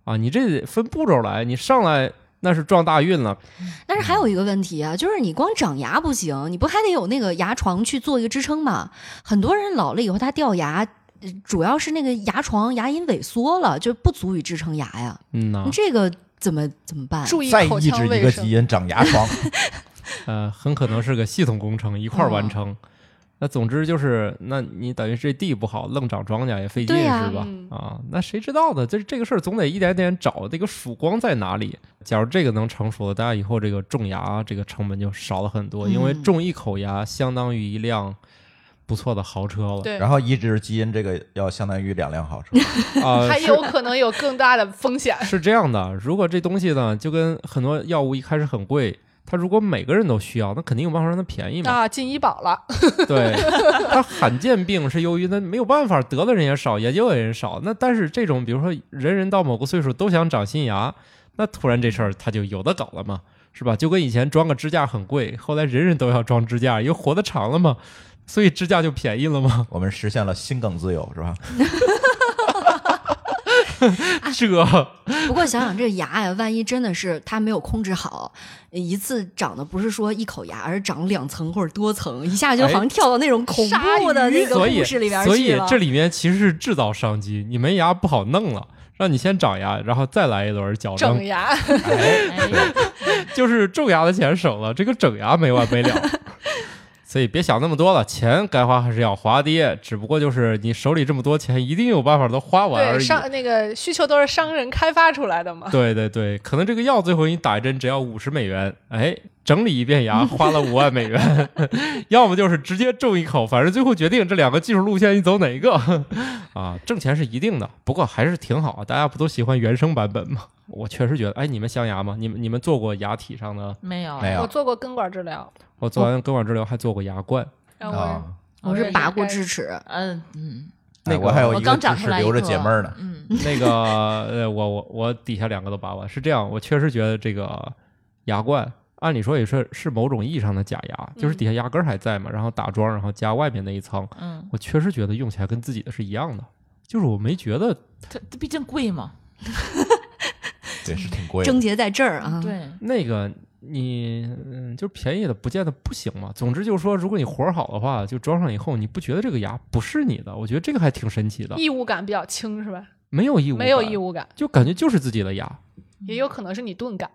Speaker 1: 啊？你这得分步骤来，你上来那是撞大运了，
Speaker 2: 但是还有一个问题啊，就是你光长牙不行，你不还得有那个牙床去做一个支撑吗？很多人老了以后他掉牙，呃主要是那个牙床牙龈萎缩了，就不足以支撑牙呀。
Speaker 1: 嗯呐
Speaker 2: 你、这个怎么怎么办？啊
Speaker 3: 注意
Speaker 4: 嗯再
Speaker 3: 口
Speaker 4: 抑制
Speaker 3: 腔
Speaker 4: 一
Speaker 3: 卫
Speaker 4: 个基
Speaker 3: 生。
Speaker 4: 因长 牙床，
Speaker 1: 呃，很可能是个系统工程一块儿
Speaker 3: 嗯
Speaker 1: 完成。那总之就是，那你等于这地不好，愣长庄稼也费劲、
Speaker 2: 对呀
Speaker 1: 是吧？
Speaker 3: 嗯
Speaker 1: 啊，那谁知道呢？这这个事儿总得一点点找这个曙光在哪里。假如这个能成熟了，大家以后这个种牙这个成本就少了很多，因为
Speaker 2: 嗯
Speaker 1: 种一口牙相当于一辆不错的豪车了。
Speaker 3: 对，
Speaker 4: 然后移植基因这个要相当于两 辆好车。
Speaker 1: 啊、
Speaker 3: 还
Speaker 1: 是。
Speaker 3: 有可能有更大的风 险
Speaker 1: 是这样的，如果这东西呢，就跟很多药物一开始很贵，它如果每个人都需要，那肯定有办法让它便宜嘛。
Speaker 3: 啊，进医保了，
Speaker 1: 对，它罕见病是由于它没有办法得的人也少，研究的人少。那但是这种，比如说人人到某个岁数都想长新牙，那突然这事儿它就有的搞了嘛，是吧？就跟以前装个支架很贵，后来人人都要装支架，因为活得长了嘛，所以支架就便宜了嘛。
Speaker 2: 啊
Speaker 4: 我们实现了心梗自由，是吧？
Speaker 1: 这
Speaker 2: 不过想想这牙呀，万一真的是它没有控制好，一次长的不是说一口牙，而是长两层或者多层，一下就好像跳到那种恐怖的那个
Speaker 1: 哎所以
Speaker 2: 故 事里边
Speaker 1: 所
Speaker 2: 去
Speaker 1: 以
Speaker 2: 了。
Speaker 1: 这里面其实是制造商机，你没牙不好弄了。让你先长牙，然后再来一轮矫
Speaker 3: 整
Speaker 1: 正，
Speaker 3: 牙，
Speaker 4: 哎，
Speaker 6: 哎呀
Speaker 1: 就是种牙的钱省了，这个整牙没完没 了。所以别想那么多了，钱该花还是要花的，只不过就是你手里这么多钱，一定有办法都花完而
Speaker 3: 对
Speaker 1: 已。
Speaker 3: 商那个需求都是商人开发出来的嘛。
Speaker 1: 对对对，可能这个药最后你打一针只要五十美元，哎，整理一遍牙花了五万美 元，要么就是直接种一口，反正最后决定这两个技术路线你走哪一 个啊，挣钱是一定的，不过还是挺好，啊大家不都喜欢原生版本吗？我确实觉得，哎，你们镶牙吗？你们你们做过牙体上的？
Speaker 6: 没有
Speaker 4: 没有
Speaker 3: 我做过根管治疗，
Speaker 1: 我做完根管治疗还做过牙 冠，
Speaker 3: 然后我
Speaker 4: 啊，
Speaker 2: 我是拔过智齿，
Speaker 6: 嗯嗯，
Speaker 1: 那
Speaker 4: 哎
Speaker 1: 个
Speaker 4: 我还有
Speaker 6: 我
Speaker 4: 一个
Speaker 6: 刚长
Speaker 4: 知
Speaker 6: 出
Speaker 4: 识
Speaker 6: 来一
Speaker 4: 留着
Speaker 6: 个
Speaker 4: 解闷儿呢。
Speaker 6: 嗯，
Speaker 1: 那个呃，我我我底下两个都拔完，是这样，我确实觉得这个牙冠，按理说也是是某种意义上的假牙，就是
Speaker 3: 嗯
Speaker 1: 底下牙根儿还在嘛，然后打桩，然后加外面那一层，
Speaker 6: 嗯，
Speaker 1: 我确实觉得用起来跟自己的是一样的，就是我没觉得
Speaker 6: 它它毕竟贵嘛，
Speaker 4: 对，是挺贵的。
Speaker 2: 症结在这儿啊。
Speaker 6: 对，
Speaker 1: 那个你嗯，就是便宜的不见得不行嘛。总之就是说，如果你活儿好的话，就装上以后，你不觉得这个牙不是你的，我觉得这个还挺神奇的，
Speaker 3: 异物感比较轻是吧？
Speaker 1: 没有异物，
Speaker 3: 没有异
Speaker 1: 物，
Speaker 3: 物感，
Speaker 1: 就感觉就是自己的牙
Speaker 3: 也有可能是你钝感。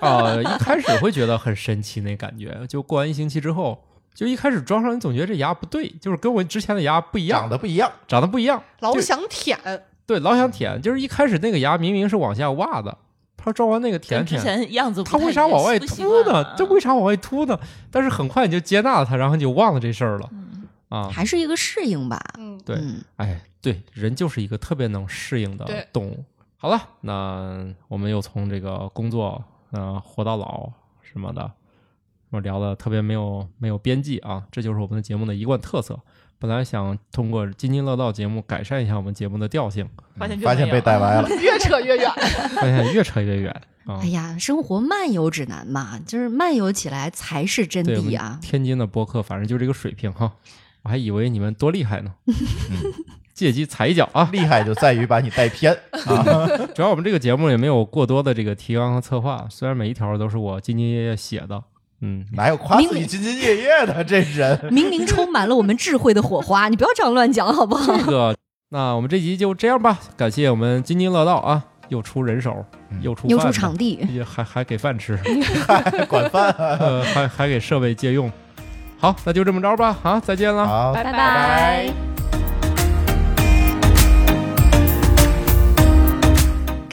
Speaker 1: 啊、一开始会觉得很神奇那感觉，就过完一星期之后。就一开始装上，你总觉得这牙不对，就是跟我之前的牙不一
Speaker 4: 长
Speaker 1: 样，
Speaker 4: 得不一样，
Speaker 1: 长得不一样。
Speaker 3: 老
Speaker 1: 对
Speaker 3: 想舔，
Speaker 1: 对，老想舔，就是一开始那个牙明明是往下挖的，他装完那个舔
Speaker 6: 跟之
Speaker 1: 舔，
Speaker 6: 前样子不
Speaker 1: 他
Speaker 6: 太
Speaker 1: 为
Speaker 6: 一
Speaker 1: 啥
Speaker 6: 样
Speaker 1: 往外
Speaker 6: 不习
Speaker 1: 凸
Speaker 6: 惯啊
Speaker 1: 呢
Speaker 6: 了？
Speaker 1: 这为啥往外凸呢？但是很快你就接纳了它，然后你就忘了这事儿了
Speaker 6: 嗯
Speaker 1: 啊！
Speaker 2: 还是一个适应吧，
Speaker 3: 嗯，
Speaker 1: 对
Speaker 2: 嗯，
Speaker 1: 哎，对，人就是一个特别能适应的
Speaker 3: 对
Speaker 1: 动物。好了，那我们又从这个工作，呃，活到老什么的，我聊的特别没有没有边际啊，这就是我们的节目的一贯特色。本来想通过津津乐道节目改善一下我们节目的调性，
Speaker 6: 发现就
Speaker 4: 发
Speaker 6: 没
Speaker 4: 现
Speaker 6: 有
Speaker 4: 被带 歪了。
Speaker 3: 越扯越远。
Speaker 1: 发现越扯 越远啊
Speaker 2: 哎。呀，生活漫游指南嘛，就是漫游起来才是真
Speaker 1: 对，我们
Speaker 2: 谛啊。
Speaker 1: 天津的播客反正就这个水平哈，我还以为你们多厉害 呢，借机踩一脚啊！
Speaker 4: 厉害就在于把你带偏啊！
Speaker 1: 主要我们这个节目也没有过多的这个提纲和策划，虽然每一条都是我兢兢业业写的，嗯，
Speaker 4: 哪有夸自己兢兢业业的这人？
Speaker 2: 明明充满了我们智慧的火花，你不要这样乱讲 好不好？
Speaker 1: 这个那我们这集就这样吧，感谢我们津津乐道啊，又出人手，
Speaker 4: 嗯
Speaker 1: 又出
Speaker 2: 又
Speaker 1: 饭的
Speaker 2: 出场地，
Speaker 1: 也还还给饭 吃，
Speaker 4: 还管饭啊、
Speaker 1: 呃，还还给设备借用。好，那就这么着吧，啊，再见了。
Speaker 4: 好，
Speaker 2: 拜
Speaker 3: 拜。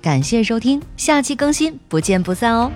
Speaker 5: 感谢收听，下期更新，不见不散哦。